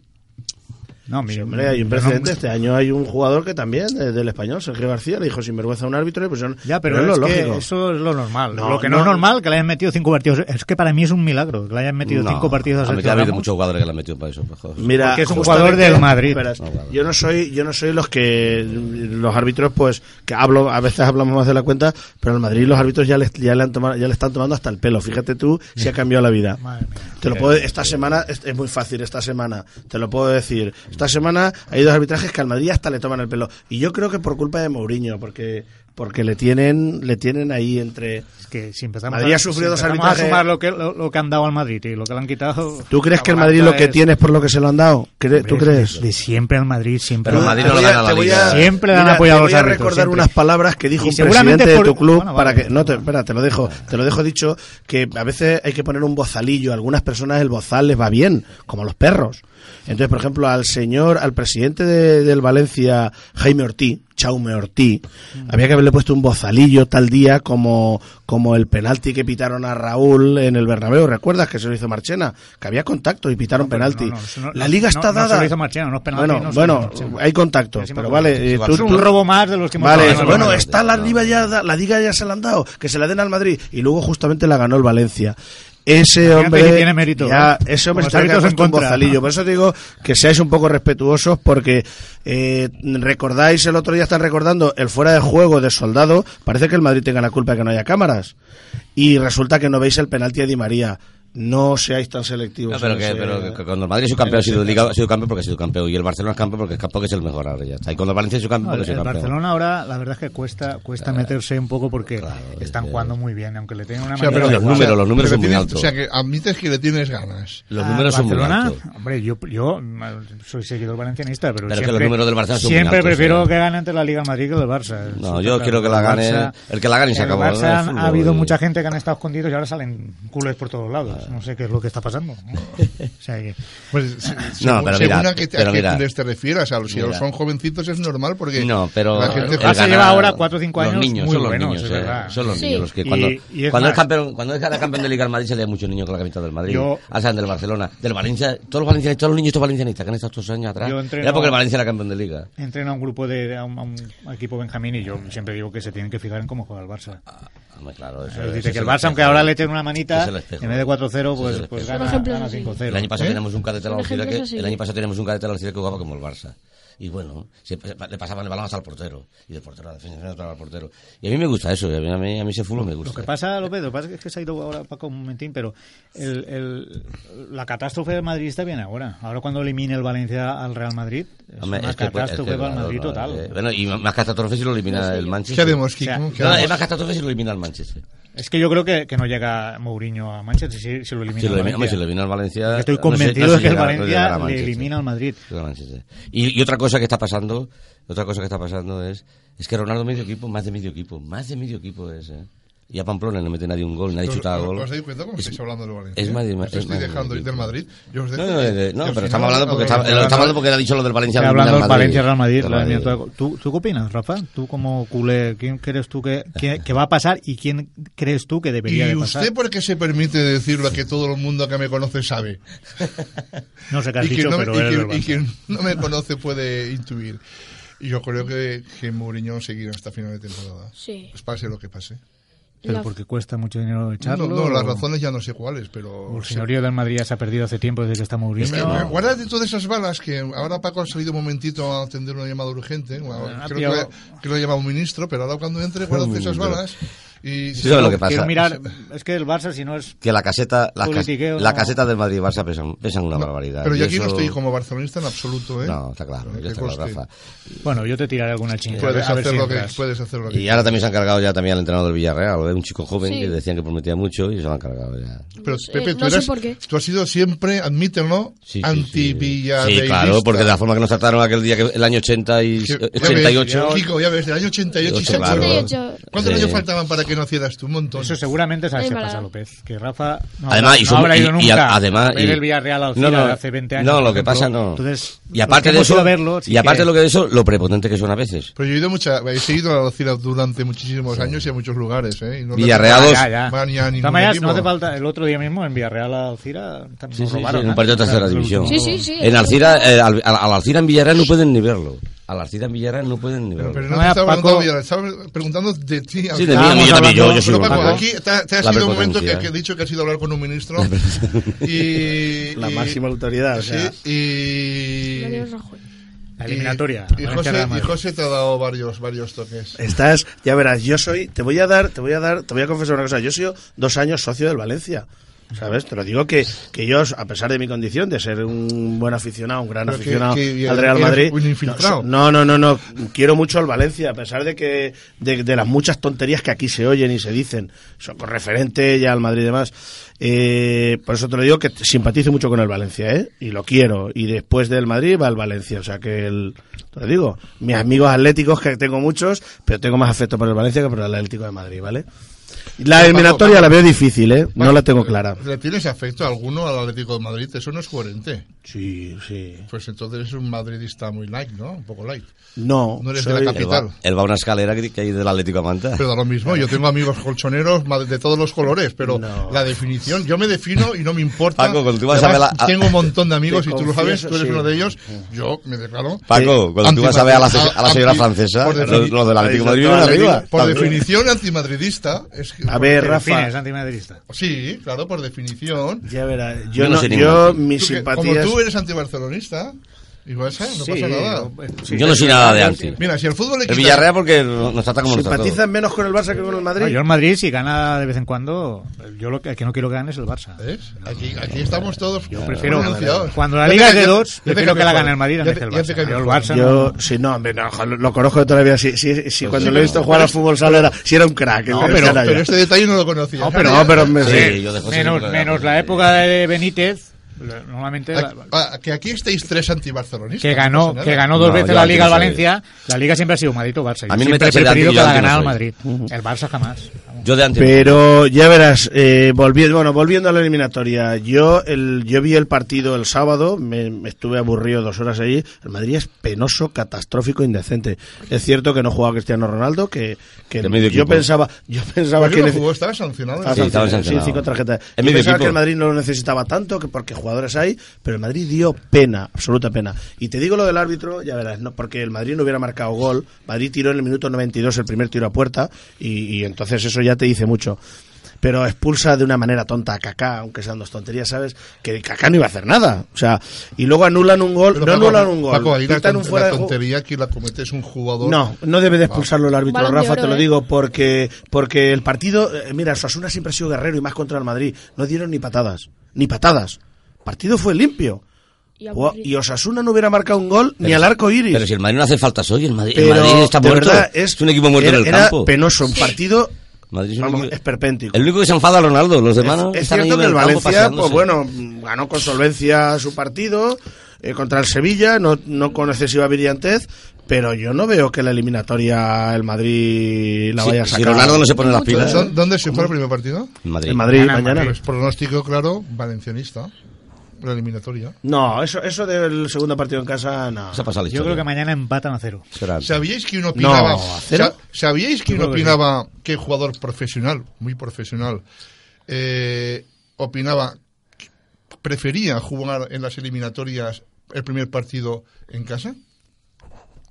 Speaker 3: No, mira,
Speaker 4: Sí, hombre, hay un
Speaker 3: pero no-
Speaker 4: precedente. Este año hay un jugador que también, de- del español, Sergio García, le dijo sinvergüenza a un árbitro y pusieron.
Speaker 3: Ya, pero,
Speaker 4: es lo
Speaker 3: es que
Speaker 4: lógico.
Speaker 3: eso es lo normal.
Speaker 4: No,
Speaker 3: lo que no, es
Speaker 4: no-
Speaker 3: normal que le hayan metido cinco partidos. Es que para mí es un milagro que le hayan metido
Speaker 2: No,
Speaker 3: cinco partidos a
Speaker 2: ha metido-
Speaker 3: Sergio
Speaker 2: Ha habido
Speaker 3: Ramos.
Speaker 2: muchos jugadores que le han metido para eso. pues, mejor.
Speaker 4: Pues Mira,
Speaker 3: Porque es un
Speaker 4: justamente-
Speaker 3: jugador del Madrid.
Speaker 4: Verás,
Speaker 2: No, claro.
Speaker 4: yo no soy, yo no soy los que los árbitros, pues que hablo, a veces hablamos más de la cuenta, pero al Madrid los árbitros ya les, ya le han tomado, ya le están tomando hasta el pelo. Fíjate tú si ha cambiado la vida.
Speaker 3: Madre mía.
Speaker 4: Te lo puedo, esta semana es, es muy fácil. Esta semana te lo puedo decir. Esta semana hay dos arbitrajes que al Madrid hasta le toman el pelo y yo creo que por culpa de Mourinho, porque porque le tienen, le tienen ahí entre.
Speaker 3: Es que si empezamos,
Speaker 4: Madrid ha
Speaker 3: a,
Speaker 4: sufrido
Speaker 3: si
Speaker 4: dos
Speaker 3: empezamos
Speaker 4: arbitrajes-
Speaker 3: a sumar lo que, lo, lo que han dado al Madrid y lo que le han quitado.
Speaker 4: ¿Tú crees
Speaker 3: la
Speaker 4: que el Madrid lo
Speaker 3: balanza
Speaker 4: que
Speaker 3: es-
Speaker 4: tiene es por lo que se lo han dado? ¿Cre- ¿Tú
Speaker 3: Hombre, es
Speaker 4: crees?
Speaker 3: De, de siempre al Madrid, siempre.
Speaker 2: Pero
Speaker 3: al
Speaker 4: Te
Speaker 2: Madrid no
Speaker 4: voy
Speaker 2: le
Speaker 4: a-
Speaker 2: gana la
Speaker 4: te voy
Speaker 2: liga.
Speaker 4: a-
Speaker 3: Siempre le han
Speaker 4: mira,
Speaker 3: apoyado
Speaker 4: te
Speaker 3: los
Speaker 4: voy a
Speaker 3: árbitros,
Speaker 4: recordar
Speaker 3: siempre.
Speaker 4: unas palabras que dijo
Speaker 3: Y
Speaker 4: un
Speaker 3: seguramente
Speaker 4: presidente de
Speaker 3: por-
Speaker 4: tu club
Speaker 3: bueno, vale.
Speaker 4: para que no te espera, te lo dejo, te lo dejo dicho que a veces hay que poner un bozalillo, a algunas personas el bozal les va bien, como a los perros. Entonces, por ejemplo, al señor, al presidente de- del Valencia, Jaime Ortiz, Chaume Ortiz,
Speaker 3: Mm.
Speaker 4: había que haberle puesto un bozalillo tal día como, como el penalti que pitaron a Raúl en el Bernabéu, ¿recuerdas que se lo hizo Marchena? Que había contacto y pitaron
Speaker 3: No, pero
Speaker 4: penalti.
Speaker 3: no, no, eso no-
Speaker 4: la liga
Speaker 3: no-
Speaker 4: está
Speaker 3: no se
Speaker 4: dada.
Speaker 3: lo hizo Marchena, no es penalti,
Speaker 4: bueno,
Speaker 3: no se lo
Speaker 4: bueno,
Speaker 3: hizo Marchena.
Speaker 4: hay contactos,
Speaker 3: Sí, sí me
Speaker 4: pero
Speaker 3: acuerdo.
Speaker 4: vale, eh,
Speaker 2: Sí,
Speaker 4: tú-
Speaker 3: Es un robo más de los que hemos
Speaker 4: Vale,
Speaker 3: dado.
Speaker 4: bueno,
Speaker 2: vale.
Speaker 4: está la liga ya, la liga ya se la han dado, que se la den al Madrid y luego justamente la ganó el Valencia. ese
Speaker 3: Fíjate
Speaker 4: hombre
Speaker 3: si tiene mérito. ¿eh?
Speaker 4: ya, ese hombre
Speaker 3: Como
Speaker 4: está
Speaker 3: los árbitros en
Speaker 4: puesto un
Speaker 3: contra.
Speaker 4: bozalillo. Por eso te digo que seáis un poco respetuosos porque eh, recordáis, el otro día están recordando el fuera de juego de Soldado. Parece que el Madrid tenga la culpa de que no haya cámaras. Y resulta que no veis el penalti a Di María. No seáis tan selectivos.
Speaker 2: No, Ah, pero,
Speaker 4: en
Speaker 2: que,
Speaker 4: ese-
Speaker 2: pero que cuando el Madrid es su campeón, ha sido, liga- ha sido campeón porque ha sido campeón. Y el Barcelona es campeón porque es campeón, que es el mejor ahora ya está. Y cuando el Valencia es su campeón,
Speaker 3: No, el,
Speaker 2: porque es
Speaker 3: el
Speaker 2: el campeón.
Speaker 3: Barcelona ahora la verdad es que cuesta
Speaker 4: Eh,
Speaker 3: cuesta meterse un poco porque
Speaker 2: claro,
Speaker 3: están
Speaker 2: es que-
Speaker 3: jugando muy bien aunque le tengan una
Speaker 1: O sea,
Speaker 3: manera
Speaker 2: pero
Speaker 3: de
Speaker 2: los
Speaker 3: jugar.
Speaker 2: números, los números
Speaker 1: pero
Speaker 2: son
Speaker 1: que
Speaker 2: muy
Speaker 1: tienes-
Speaker 2: altos.
Speaker 1: O sea, que admites que le tienes ganas.
Speaker 2: Los
Speaker 3: Ah,
Speaker 2: números son muy
Speaker 3: Barcelona,
Speaker 2: altos.
Speaker 3: Hombre, yo, yo mm, soy seguidor valencianista, pero,
Speaker 2: Pero es que
Speaker 3: siempre,
Speaker 2: los números del Barça son muy
Speaker 3: siempre
Speaker 2: altos,
Speaker 3: prefiero
Speaker 2: eh.
Speaker 3: que gane ante la Liga de Madrid que el Barça.
Speaker 2: No,
Speaker 3: Sí,
Speaker 2: yo
Speaker 3: claro,
Speaker 2: quiero que la
Speaker 3: el
Speaker 2: gane.
Speaker 3: Barça-
Speaker 2: el que la gane y se
Speaker 3: el
Speaker 2: acabó. ¿no?
Speaker 3: Barça
Speaker 2: Es fútbol,
Speaker 3: ha habido
Speaker 2: y-
Speaker 3: mucha gente que han estado escondidos y ahora salen culos por todos lados. No sé qué es lo que está pasando.
Speaker 2: (laughs)
Speaker 3: ¿no? O sea que-
Speaker 1: Pues, se- según,
Speaker 2: pero
Speaker 1: según
Speaker 2: mira,
Speaker 1: a qué te,
Speaker 2: pero
Speaker 1: a qué
Speaker 2: mira.
Speaker 1: les te refieras, a los, si
Speaker 2: Mira.
Speaker 1: son jovencitos es normal porque
Speaker 2: No, pero.
Speaker 1: la gente
Speaker 2: el
Speaker 3: Barça
Speaker 2: ganar-
Speaker 3: lleva ahora cuatro o cinco años
Speaker 2: Los niños,
Speaker 3: muy
Speaker 2: son los
Speaker 3: buenos,
Speaker 2: niños.
Speaker 3: es
Speaker 2: eh,
Speaker 3: verdad.
Speaker 2: son los
Speaker 5: Sí.
Speaker 2: niños los que
Speaker 3: Y-
Speaker 2: cuando,
Speaker 3: y es
Speaker 2: cuando, es
Speaker 3: más-
Speaker 2: campeón, cuando es cada campeón de Liga al Madrid se le da muchos niños con la camiseta del Madrid.
Speaker 3: Yo-
Speaker 2: Ah, sean del Barcelona, del Valencia. Todos los valencianistas, todos los niños estos valencianistas que han estado estos años atrás.
Speaker 3: Yo entreno-
Speaker 2: Era porque el Valencia era campeón de Liga.
Speaker 3: entrena un grupo de a un, a un equipo benjamín y yo siempre digo que se tienen que fijar en cómo juega el Barça.
Speaker 2: Ah, Hombre, claro, eso-
Speaker 3: Dice
Speaker 2: eso es
Speaker 3: que el Barça, aunque
Speaker 2: espejo.
Speaker 3: ahora le tiene una
Speaker 2: Ese
Speaker 3: manita,
Speaker 2: es el
Speaker 3: en
Speaker 2: espejo.
Speaker 3: vez de 4-0,
Speaker 2: Ese es
Speaker 3: pues,
Speaker 2: el
Speaker 3: pues
Speaker 2: espejo.
Speaker 3: gana,
Speaker 5: Por ejemplo,
Speaker 3: gana
Speaker 5: sí.
Speaker 3: 5-0.
Speaker 2: El año pasado
Speaker 1: ¿Eh?
Speaker 2: teníamos un cadete de la
Speaker 5: Por
Speaker 2: Alcira
Speaker 5: ejemplo,
Speaker 2: que
Speaker 5: eso sí.
Speaker 2: el año pasado teníamos un cadete de la Alcira que jugaba como el Barça. Y bueno, siempre se- le pasaban el balón hasta el portero y del portero a la defensa, otra al portero. Y a mí me gusta eso, y a mí, a mí, a mí ese fútbol me gusta.
Speaker 3: Lo que pasa, López, lo que pasa es que se ha ido ahora Paco un momentín, pero el- el- la catástrofe del madridista viene ahora. Ahora cuando elimine el Valencia al Real Madrid, es
Speaker 2: Hombre,
Speaker 3: una
Speaker 2: es que- pues, es que,
Speaker 3: catástrofe para el
Speaker 2: claro,
Speaker 3: Madrid
Speaker 2: no,
Speaker 3: total.
Speaker 2: eh, bueno, y más catástrofe si lo elimina el
Speaker 1: ¿qué
Speaker 2: Manchester.
Speaker 1: haremos,
Speaker 3: O sea,
Speaker 1: Kiko? ¿Qué
Speaker 2: No,
Speaker 1: haremos?
Speaker 2: es más catástrofe si lo elimina el Manchester.
Speaker 3: Es que yo creo que, que no llega Mourinho a Manchester si, si lo elimina
Speaker 2: Si lo, elimina,
Speaker 3: el
Speaker 2: hombre,
Speaker 3: Valencia.
Speaker 2: si lo elimina el Valencia.
Speaker 3: Estoy
Speaker 2: no sé- no sé
Speaker 3: convencido
Speaker 2: si
Speaker 3: de que el
Speaker 2: llegará- no llegará
Speaker 3: Valencia
Speaker 2: a
Speaker 3: le
Speaker 2: Manchester.
Speaker 3: elimina al Madrid.
Speaker 2: Llegará a Manchester. Y, y otra cosa que está pasando, otra cosa que está pasando es, es que Ronaldo medio equipo, más de medio equipo, más de medio equipo es. eh. Y a Pamplona no mete nadie un gol, nadie
Speaker 1: ¿Os-
Speaker 2: chuta
Speaker 1: os-
Speaker 2: gol.
Speaker 1: ¿Os dais cuenta cómo
Speaker 2: Es-
Speaker 1: estáis hablando del Valencia?
Speaker 2: es Madrid-
Speaker 1: Os
Speaker 2: es
Speaker 1: estoy
Speaker 2: Madrid.
Speaker 1: dejando ir del Madrid. Yo os dejo
Speaker 2: No, no, de- de- no, pero estamos hablando porque está-
Speaker 1: estamos
Speaker 2: lo estamos hablando porque ha dicho lo del Valencia.
Speaker 3: Estoy hablando
Speaker 2: al
Speaker 3: del Valencia Real Madrid.
Speaker 2: Del
Speaker 3: la
Speaker 2: Madrid.
Speaker 3: eliminatoria. ¿Tú, ¿Tú qué opinas, Rafa? Tú como culé, ¿quién crees tú que, que, que va a pasar y quién crees tú que debería
Speaker 1: ¿Y
Speaker 3: de pasar?
Speaker 1: usted por qué se permite decir lo que todo el mundo que me conoce sabe?
Speaker 3: No sé qué has
Speaker 1: y quien
Speaker 3: dicho,
Speaker 1: no me-
Speaker 3: pero
Speaker 1: y
Speaker 3: eres
Speaker 1: quien-
Speaker 3: del
Speaker 1: y
Speaker 3: Barça.
Speaker 1: quien no me conoce puede intuir. Y yo creo que, que Mourinho seguirá hasta final de temporada.
Speaker 5: Sí.
Speaker 1: Pues pase lo que pase.
Speaker 3: Pero
Speaker 5: La-
Speaker 3: porque cuesta mucho dinero
Speaker 1: No,
Speaker 3: echarlo.
Speaker 1: no, las
Speaker 3: o-
Speaker 1: razones ya no sé cuáles, pero...
Speaker 3: El señorío del Madrid ya se ha perdido hace tiempo desde que está Mourinho.
Speaker 1: Es que, eh, Guárdate todas esas balas que ahora Paco ha salido un momentito a atender una llamada urgente. Bueno,
Speaker 3: Ah,
Speaker 1: creo,
Speaker 3: tío.
Speaker 1: que, lo- creo que lo llama un ministro, pero ahora cuando entre, guárdate esas balas. Y
Speaker 2: Sí, sabe lo que pasa.
Speaker 3: Quiero mirar, es que el Barça si no es...
Speaker 2: Que la caseta, las cas-
Speaker 3: Politiqueo,
Speaker 2: la
Speaker 3: no.
Speaker 2: caseta del Madrid y Barça pesan, pesan una barbaridad.
Speaker 1: Pero
Speaker 2: Y
Speaker 1: yo aquí no
Speaker 2: eso-
Speaker 1: estoy como barcelonista en absoluto, ¿eh?
Speaker 2: No, está claro,
Speaker 1: Que
Speaker 2: ya está claro,
Speaker 1: conste.
Speaker 2: Rafa.
Speaker 3: Bueno, yo te tiraré alguna chingada.
Speaker 1: Puedes
Speaker 3: a ver
Speaker 1: hacer,
Speaker 3: si
Speaker 1: lo que,
Speaker 3: entras.
Speaker 1: puedes hacer lo que
Speaker 2: Y ahora también se han cargado ya también al entrenador del Villarreal, ¿eh? un chico joven
Speaker 5: Sí.
Speaker 2: que decían que prometía mucho y se lo han cargado ya.
Speaker 1: Pero
Speaker 5: No sé,
Speaker 1: Pepe, tú,
Speaker 5: Eh, no sé
Speaker 1: eras-
Speaker 5: por qué.
Speaker 1: tú has sido siempre, admítelo,
Speaker 2: Sí, sí, sí.
Speaker 1: anti-Villarrealista.
Speaker 2: Sí, claro, porque de la forma que nos trataron aquel día, que el año 80 y,
Speaker 1: Que- ya ves,
Speaker 2: 88.
Speaker 1: Kiko, ya ves, del año 88 y se
Speaker 2: Ocho, claro. Eh,
Speaker 1: acuerda.
Speaker 5: 88.
Speaker 1: ¿Cuántos
Speaker 2: Sí.
Speaker 1: años faltaban para que nacieras tú? Un montón.
Speaker 3: Eso seguramente sabes
Speaker 5: Es
Speaker 3: qué
Speaker 5: verdad.
Speaker 3: pasa, López. Que Rafa no,
Speaker 2: Además,
Speaker 3: habrá-
Speaker 2: y
Speaker 3: no
Speaker 2: somos-
Speaker 3: habrá ido
Speaker 2: y- y
Speaker 3: nunca
Speaker 2: a- además,
Speaker 3: a ver
Speaker 2: y-
Speaker 3: el Villarreal al
Speaker 2: no, no,
Speaker 3: hace 20 años.
Speaker 2: No, lo
Speaker 3: por
Speaker 2: que
Speaker 3: ejemplo.
Speaker 2: pasa no.
Speaker 3: Entonces,
Speaker 2: y aparte
Speaker 3: los que
Speaker 2: de
Speaker 3: hemos ido
Speaker 2: eso,
Speaker 3: a verlo, sí
Speaker 2: y aparte
Speaker 3: que-
Speaker 2: de lo que de eso, lo prepotente que son a veces.
Speaker 1: Pero yo he ido mucha, he seguido a la Alcira durante muchísimos años y a muchos lugares, ¿eh? Y no
Speaker 2: Villarreal,
Speaker 1: recuerdo-
Speaker 2: dos.
Speaker 3: Ya, ya.
Speaker 1: Va ni a
Speaker 3: De todas
Speaker 1: ningún
Speaker 3: maneras,
Speaker 1: equipo.
Speaker 3: no hace falta. El otro día mismo en Villarreal al Cira también
Speaker 2: Sí,
Speaker 3: nos
Speaker 2: sí, sí,
Speaker 3: robaron,
Speaker 2: en
Speaker 3: ¿eh?
Speaker 2: un partido de tercera
Speaker 3: Los
Speaker 2: división.
Speaker 5: Sí,
Speaker 3: últimos-
Speaker 5: sí, sí.
Speaker 2: En Alcira, eh, al, al- al Alcira en Villarreal no pueden ni verlo. Al Alcira en Villarreal no pueden ni verlo.
Speaker 1: Pero no
Speaker 3: No,
Speaker 1: te
Speaker 3: ya,
Speaker 1: estaba
Speaker 3: Paco-
Speaker 1: preguntando de Villarreal, estaba preguntando de ti.
Speaker 2: sí, de mí,
Speaker 1: Alcira.
Speaker 2: a mí, yo también, yo, yo soy
Speaker 1: Pero
Speaker 2: un
Speaker 1: Paco,
Speaker 2: mago.
Speaker 1: aquí te, te ha
Speaker 2: La
Speaker 1: sido un momento que,
Speaker 2: prepotencia.
Speaker 1: que he dicho que has ido a hablar con un ministro
Speaker 2: (laughs)
Speaker 1: y...
Speaker 4: La
Speaker 1: y-
Speaker 4: máxima autoridad, o
Speaker 1: sí,
Speaker 4: sea.
Speaker 1: y...
Speaker 5: Mario Rajoy.
Speaker 3: La eliminatoria.
Speaker 1: Y, y
Speaker 3: Valencia-Real
Speaker 1: José, y
Speaker 3: Madrid.
Speaker 1: José te ha dado varios, varios toques.
Speaker 4: Estás, ya verás, yo soy, te voy a dar, te voy a dar, te voy a confesar una cosa, yo he sido dos años socio del Valencia. ¿Sabes? Te lo digo que, que yo, a pesar de mi condición de ser un buen aficionado, un gran
Speaker 1: Pero que-
Speaker 4: aficionado
Speaker 1: que
Speaker 4: al Real
Speaker 1: eres
Speaker 4: Madrid.
Speaker 1: un infiltrado.
Speaker 4: No, no, no, no. Quiero mucho al Valencia, a pesar de que de, de las muchas tonterías que aquí se oyen y se dicen, so- con referente ya al Madrid y demás. Eh, por eso te lo digo que simpatizo mucho con el Valencia, ¿eh? Y lo quiero. Y después del Madrid va al Valencia. O sea que el, te lo digo, mis amigos atléticos, que tengo muchos, pero tengo más afecto por el Valencia que por el Atlético de Madrid, ¿vale? La
Speaker 1: Pero,
Speaker 4: eliminatoria
Speaker 1: Paco,
Speaker 4: la veo difícil, ¿eh? No
Speaker 1: Paco,
Speaker 4: la tengo clara.
Speaker 1: ¿Le tienes afecto alguno al Atlético de Madrid? Eso no es coherente.
Speaker 4: Sí, sí.
Speaker 1: Pues entonces es un madridista muy light, ¿no? Un poco light.
Speaker 4: No,
Speaker 1: No eres de la capital.
Speaker 2: Él va, él va a una escalera que que hay del Atlético a Manta.
Speaker 1: Pero da lo mismo, yo tengo amigos colchoneros ma- de todos los colores, pero
Speaker 4: No.
Speaker 1: la definición, yo me defino y no me importa.
Speaker 2: Paco, cuando tú vas
Speaker 1: Además,
Speaker 2: a ver la- a-
Speaker 1: Tengo un montón de amigos
Speaker 4: Te
Speaker 1: y tú lo sabes,
Speaker 4: confieso,
Speaker 1: tú eres
Speaker 4: sí.
Speaker 1: uno de ellos. Yo me declaro.
Speaker 2: Paco, cuando tú vas a ver a la, a la señora francesa,
Speaker 1: Por
Speaker 2: los,
Speaker 1: defini-
Speaker 2: los del Atlético de Madrid
Speaker 4: Por
Speaker 2: vienen arriba.
Speaker 1: Por
Speaker 2: También.
Speaker 1: definición, antimadridista. es que-
Speaker 4: A ver,
Speaker 3: Te
Speaker 4: Rafa.
Speaker 3: defines antimadridista.
Speaker 1: Sí, claro, por definición.
Speaker 4: Ya verás.
Speaker 2: Yo
Speaker 4: Yo,
Speaker 2: no
Speaker 4: no,
Speaker 2: sé
Speaker 4: yo
Speaker 2: ningún-
Speaker 1: Tú
Speaker 4: mis
Speaker 1: que-
Speaker 4: simpatías.
Speaker 1: Como tú eres antibarcelonista, igual sea, no pasa nada.
Speaker 2: Yo no soy nada de anti.
Speaker 1: Mira, si el fútbol le
Speaker 2: El
Speaker 1: quita-
Speaker 2: Villarreal porque no- nos trata como nos trata.
Speaker 4: Simpatizas menos con el Barça que con el
Speaker 3: No,
Speaker 4: Madrid.
Speaker 3: yo el Madrid, si gana de vez en cuando, yo lo que, el que no quiero que gane es el Barça.
Speaker 1: ¿Ves? Aquí, aquí estamos todos. Yo
Speaker 3: prefiero- Cuando la liga es de dos, prefiero que la gane el Madrid antes que el Barça. Yo el Barça
Speaker 4: Yo, sí, no, hombre, no, jo, lo, lo conozco de toda la vida. Si, si,
Speaker 2: Pues
Speaker 4: si cuando lo he visto jugar al fútbol sala era, si era un crack.
Speaker 1: No,
Speaker 4: el-
Speaker 1: pero,
Speaker 4: era
Speaker 1: pero
Speaker 4: ya.
Speaker 1: este detalle no lo conocía.
Speaker 4: No, pero, no, pero me-
Speaker 2: Sí, yo de José
Speaker 3: menos,
Speaker 2: Nicolás era
Speaker 3: menos
Speaker 2: muy
Speaker 3: la
Speaker 2: bien.
Speaker 3: época de Benítez, normalmente la-
Speaker 1: Ah, ah, que aquí estáis tres antibarcelonistas.
Speaker 3: que
Speaker 1: no
Speaker 3: ganó,
Speaker 1: pasa nada.
Speaker 3: que ganó dos
Speaker 2: No,
Speaker 3: veces
Speaker 2: yo
Speaker 3: la
Speaker 2: aquí no
Speaker 3: Liga al
Speaker 2: soy.
Speaker 3: Valencia, la Liga siempre ha sido Madrid o Barça. Yo
Speaker 2: A mí no me
Speaker 3: siempre he
Speaker 2: tache de
Speaker 3: preferido
Speaker 2: anti,
Speaker 3: que
Speaker 2: yo
Speaker 3: la
Speaker 2: anti no
Speaker 3: ganara el
Speaker 2: soy.
Speaker 3: Madrid. El Barça jamás.
Speaker 2: Yo de antes.
Speaker 4: Pero ya verás, eh, volviendo, bueno, volviendo a la eliminatoria, yo el, yo vi el partido el sábado, me, me estuve aburrido dos horas allí. El Madrid es penoso, catastrófico, indecente. Es cierto que no jugaba Cristiano Ronaldo, que, que
Speaker 2: De medio
Speaker 4: yo
Speaker 2: equipo.
Speaker 4: pensaba, yo pensaba
Speaker 1: Porque
Speaker 4: que
Speaker 1: Pues no
Speaker 4: nece-
Speaker 1: jugó, estaba sancionado.
Speaker 4: Ah,
Speaker 2: Sí, estaba
Speaker 4: sancionado,
Speaker 2: sancionado.
Speaker 4: sí, cinco tarjetas.
Speaker 2: Es
Speaker 4: Yo
Speaker 2: medio
Speaker 4: pensaba
Speaker 2: equipo.
Speaker 4: que el Madrid no lo necesitaba tanto, que porque jugadores hay, pero el Madrid dio pena, absoluta pena. Y te digo lo del árbitro, ya verás, no, porque el Madrid no hubiera marcado gol. Madrid tiró en el minuto 92 el primer tiro a puerta, y, y entonces eso ya te dice mucho. Pero expulsa de una manera tonta a Kaká, aunque sean dos tonterías, ¿sabes? Que Kaká no iba a hacer nada. O sea, y luego anulan un gol,
Speaker 1: Pero
Speaker 4: no
Speaker 1: Paco,
Speaker 4: anulan un gol,
Speaker 1: Paco, ahí la,
Speaker 4: pitan
Speaker 1: ton-
Speaker 4: un fuera
Speaker 1: la
Speaker 4: de juego.
Speaker 1: tontería que la comete es un jugador.
Speaker 4: No, no debe de expulsarlo el árbitro,
Speaker 5: Balón de
Speaker 4: Rafa,
Speaker 5: oro,
Speaker 4: te lo
Speaker 5: ¿eh?
Speaker 4: digo, porque, porque el partido, eh, mira, Osasuna siempre ha sido guerrero y más contra el Madrid. No dieron ni patadas, ni patadas. El partido fue limpio.
Speaker 5: Y
Speaker 4: O-
Speaker 5: aburrido.
Speaker 4: Y Osasuna no hubiera marcado un gol ni al arco iris.
Speaker 2: Pero si el Madrid no hace faltas hoy, el Madrid, el
Speaker 4: Pero,
Speaker 2: Madrid está
Speaker 4: de
Speaker 2: muerto.
Speaker 4: verdad,
Speaker 2: es, un equipo muerto
Speaker 4: era-
Speaker 2: en el
Speaker 4: era
Speaker 2: campo.
Speaker 4: penoso, un partido
Speaker 2: Madrid es un
Speaker 4: vamos,
Speaker 2: equipo-
Speaker 4: esperpéntico.
Speaker 2: El único que se enfada es Ronaldo, los demás no
Speaker 4: Es
Speaker 2: están ahí
Speaker 4: cierto
Speaker 2: en
Speaker 4: que el
Speaker 2: campo
Speaker 4: Valencia,
Speaker 2: paseándose.
Speaker 4: pues bueno, ganó con solvencia su partido eh, contra el Sevilla, no, no con excesiva brillantez, pero yo no veo que la eliminatoria el Madrid la
Speaker 2: Sí,
Speaker 4: vaya a
Speaker 2: si
Speaker 4: sacar.
Speaker 2: Ronaldo no se pone las
Speaker 5: Mucho
Speaker 2: pilas.
Speaker 5: dolor.
Speaker 1: ¿Dó- ¿Dónde se fue el primer partido?
Speaker 2: En Madrid.
Speaker 4: En Madrid
Speaker 3: Gana
Speaker 4: mañana.
Speaker 3: Madrid.
Speaker 1: Pues pronóstico, claro, valencianista. La eliminatoria.
Speaker 4: No, eso, eso del segundo partido en casa, no.
Speaker 2: Se ha pasado la
Speaker 3: Yo
Speaker 2: historia.
Speaker 3: creo que mañana empatan a cero.
Speaker 2: Será.
Speaker 1: ¿Sabíais que uno opinaba,
Speaker 4: No, ¿a cero?
Speaker 1: sa- ¿sabíais que
Speaker 3: Yo
Speaker 1: uno
Speaker 3: creo que sí.
Speaker 1: opinaba que jugador profesional, muy profesional, eh, opinaba que prefería jugar en las eliminatorias el primer partido en casa?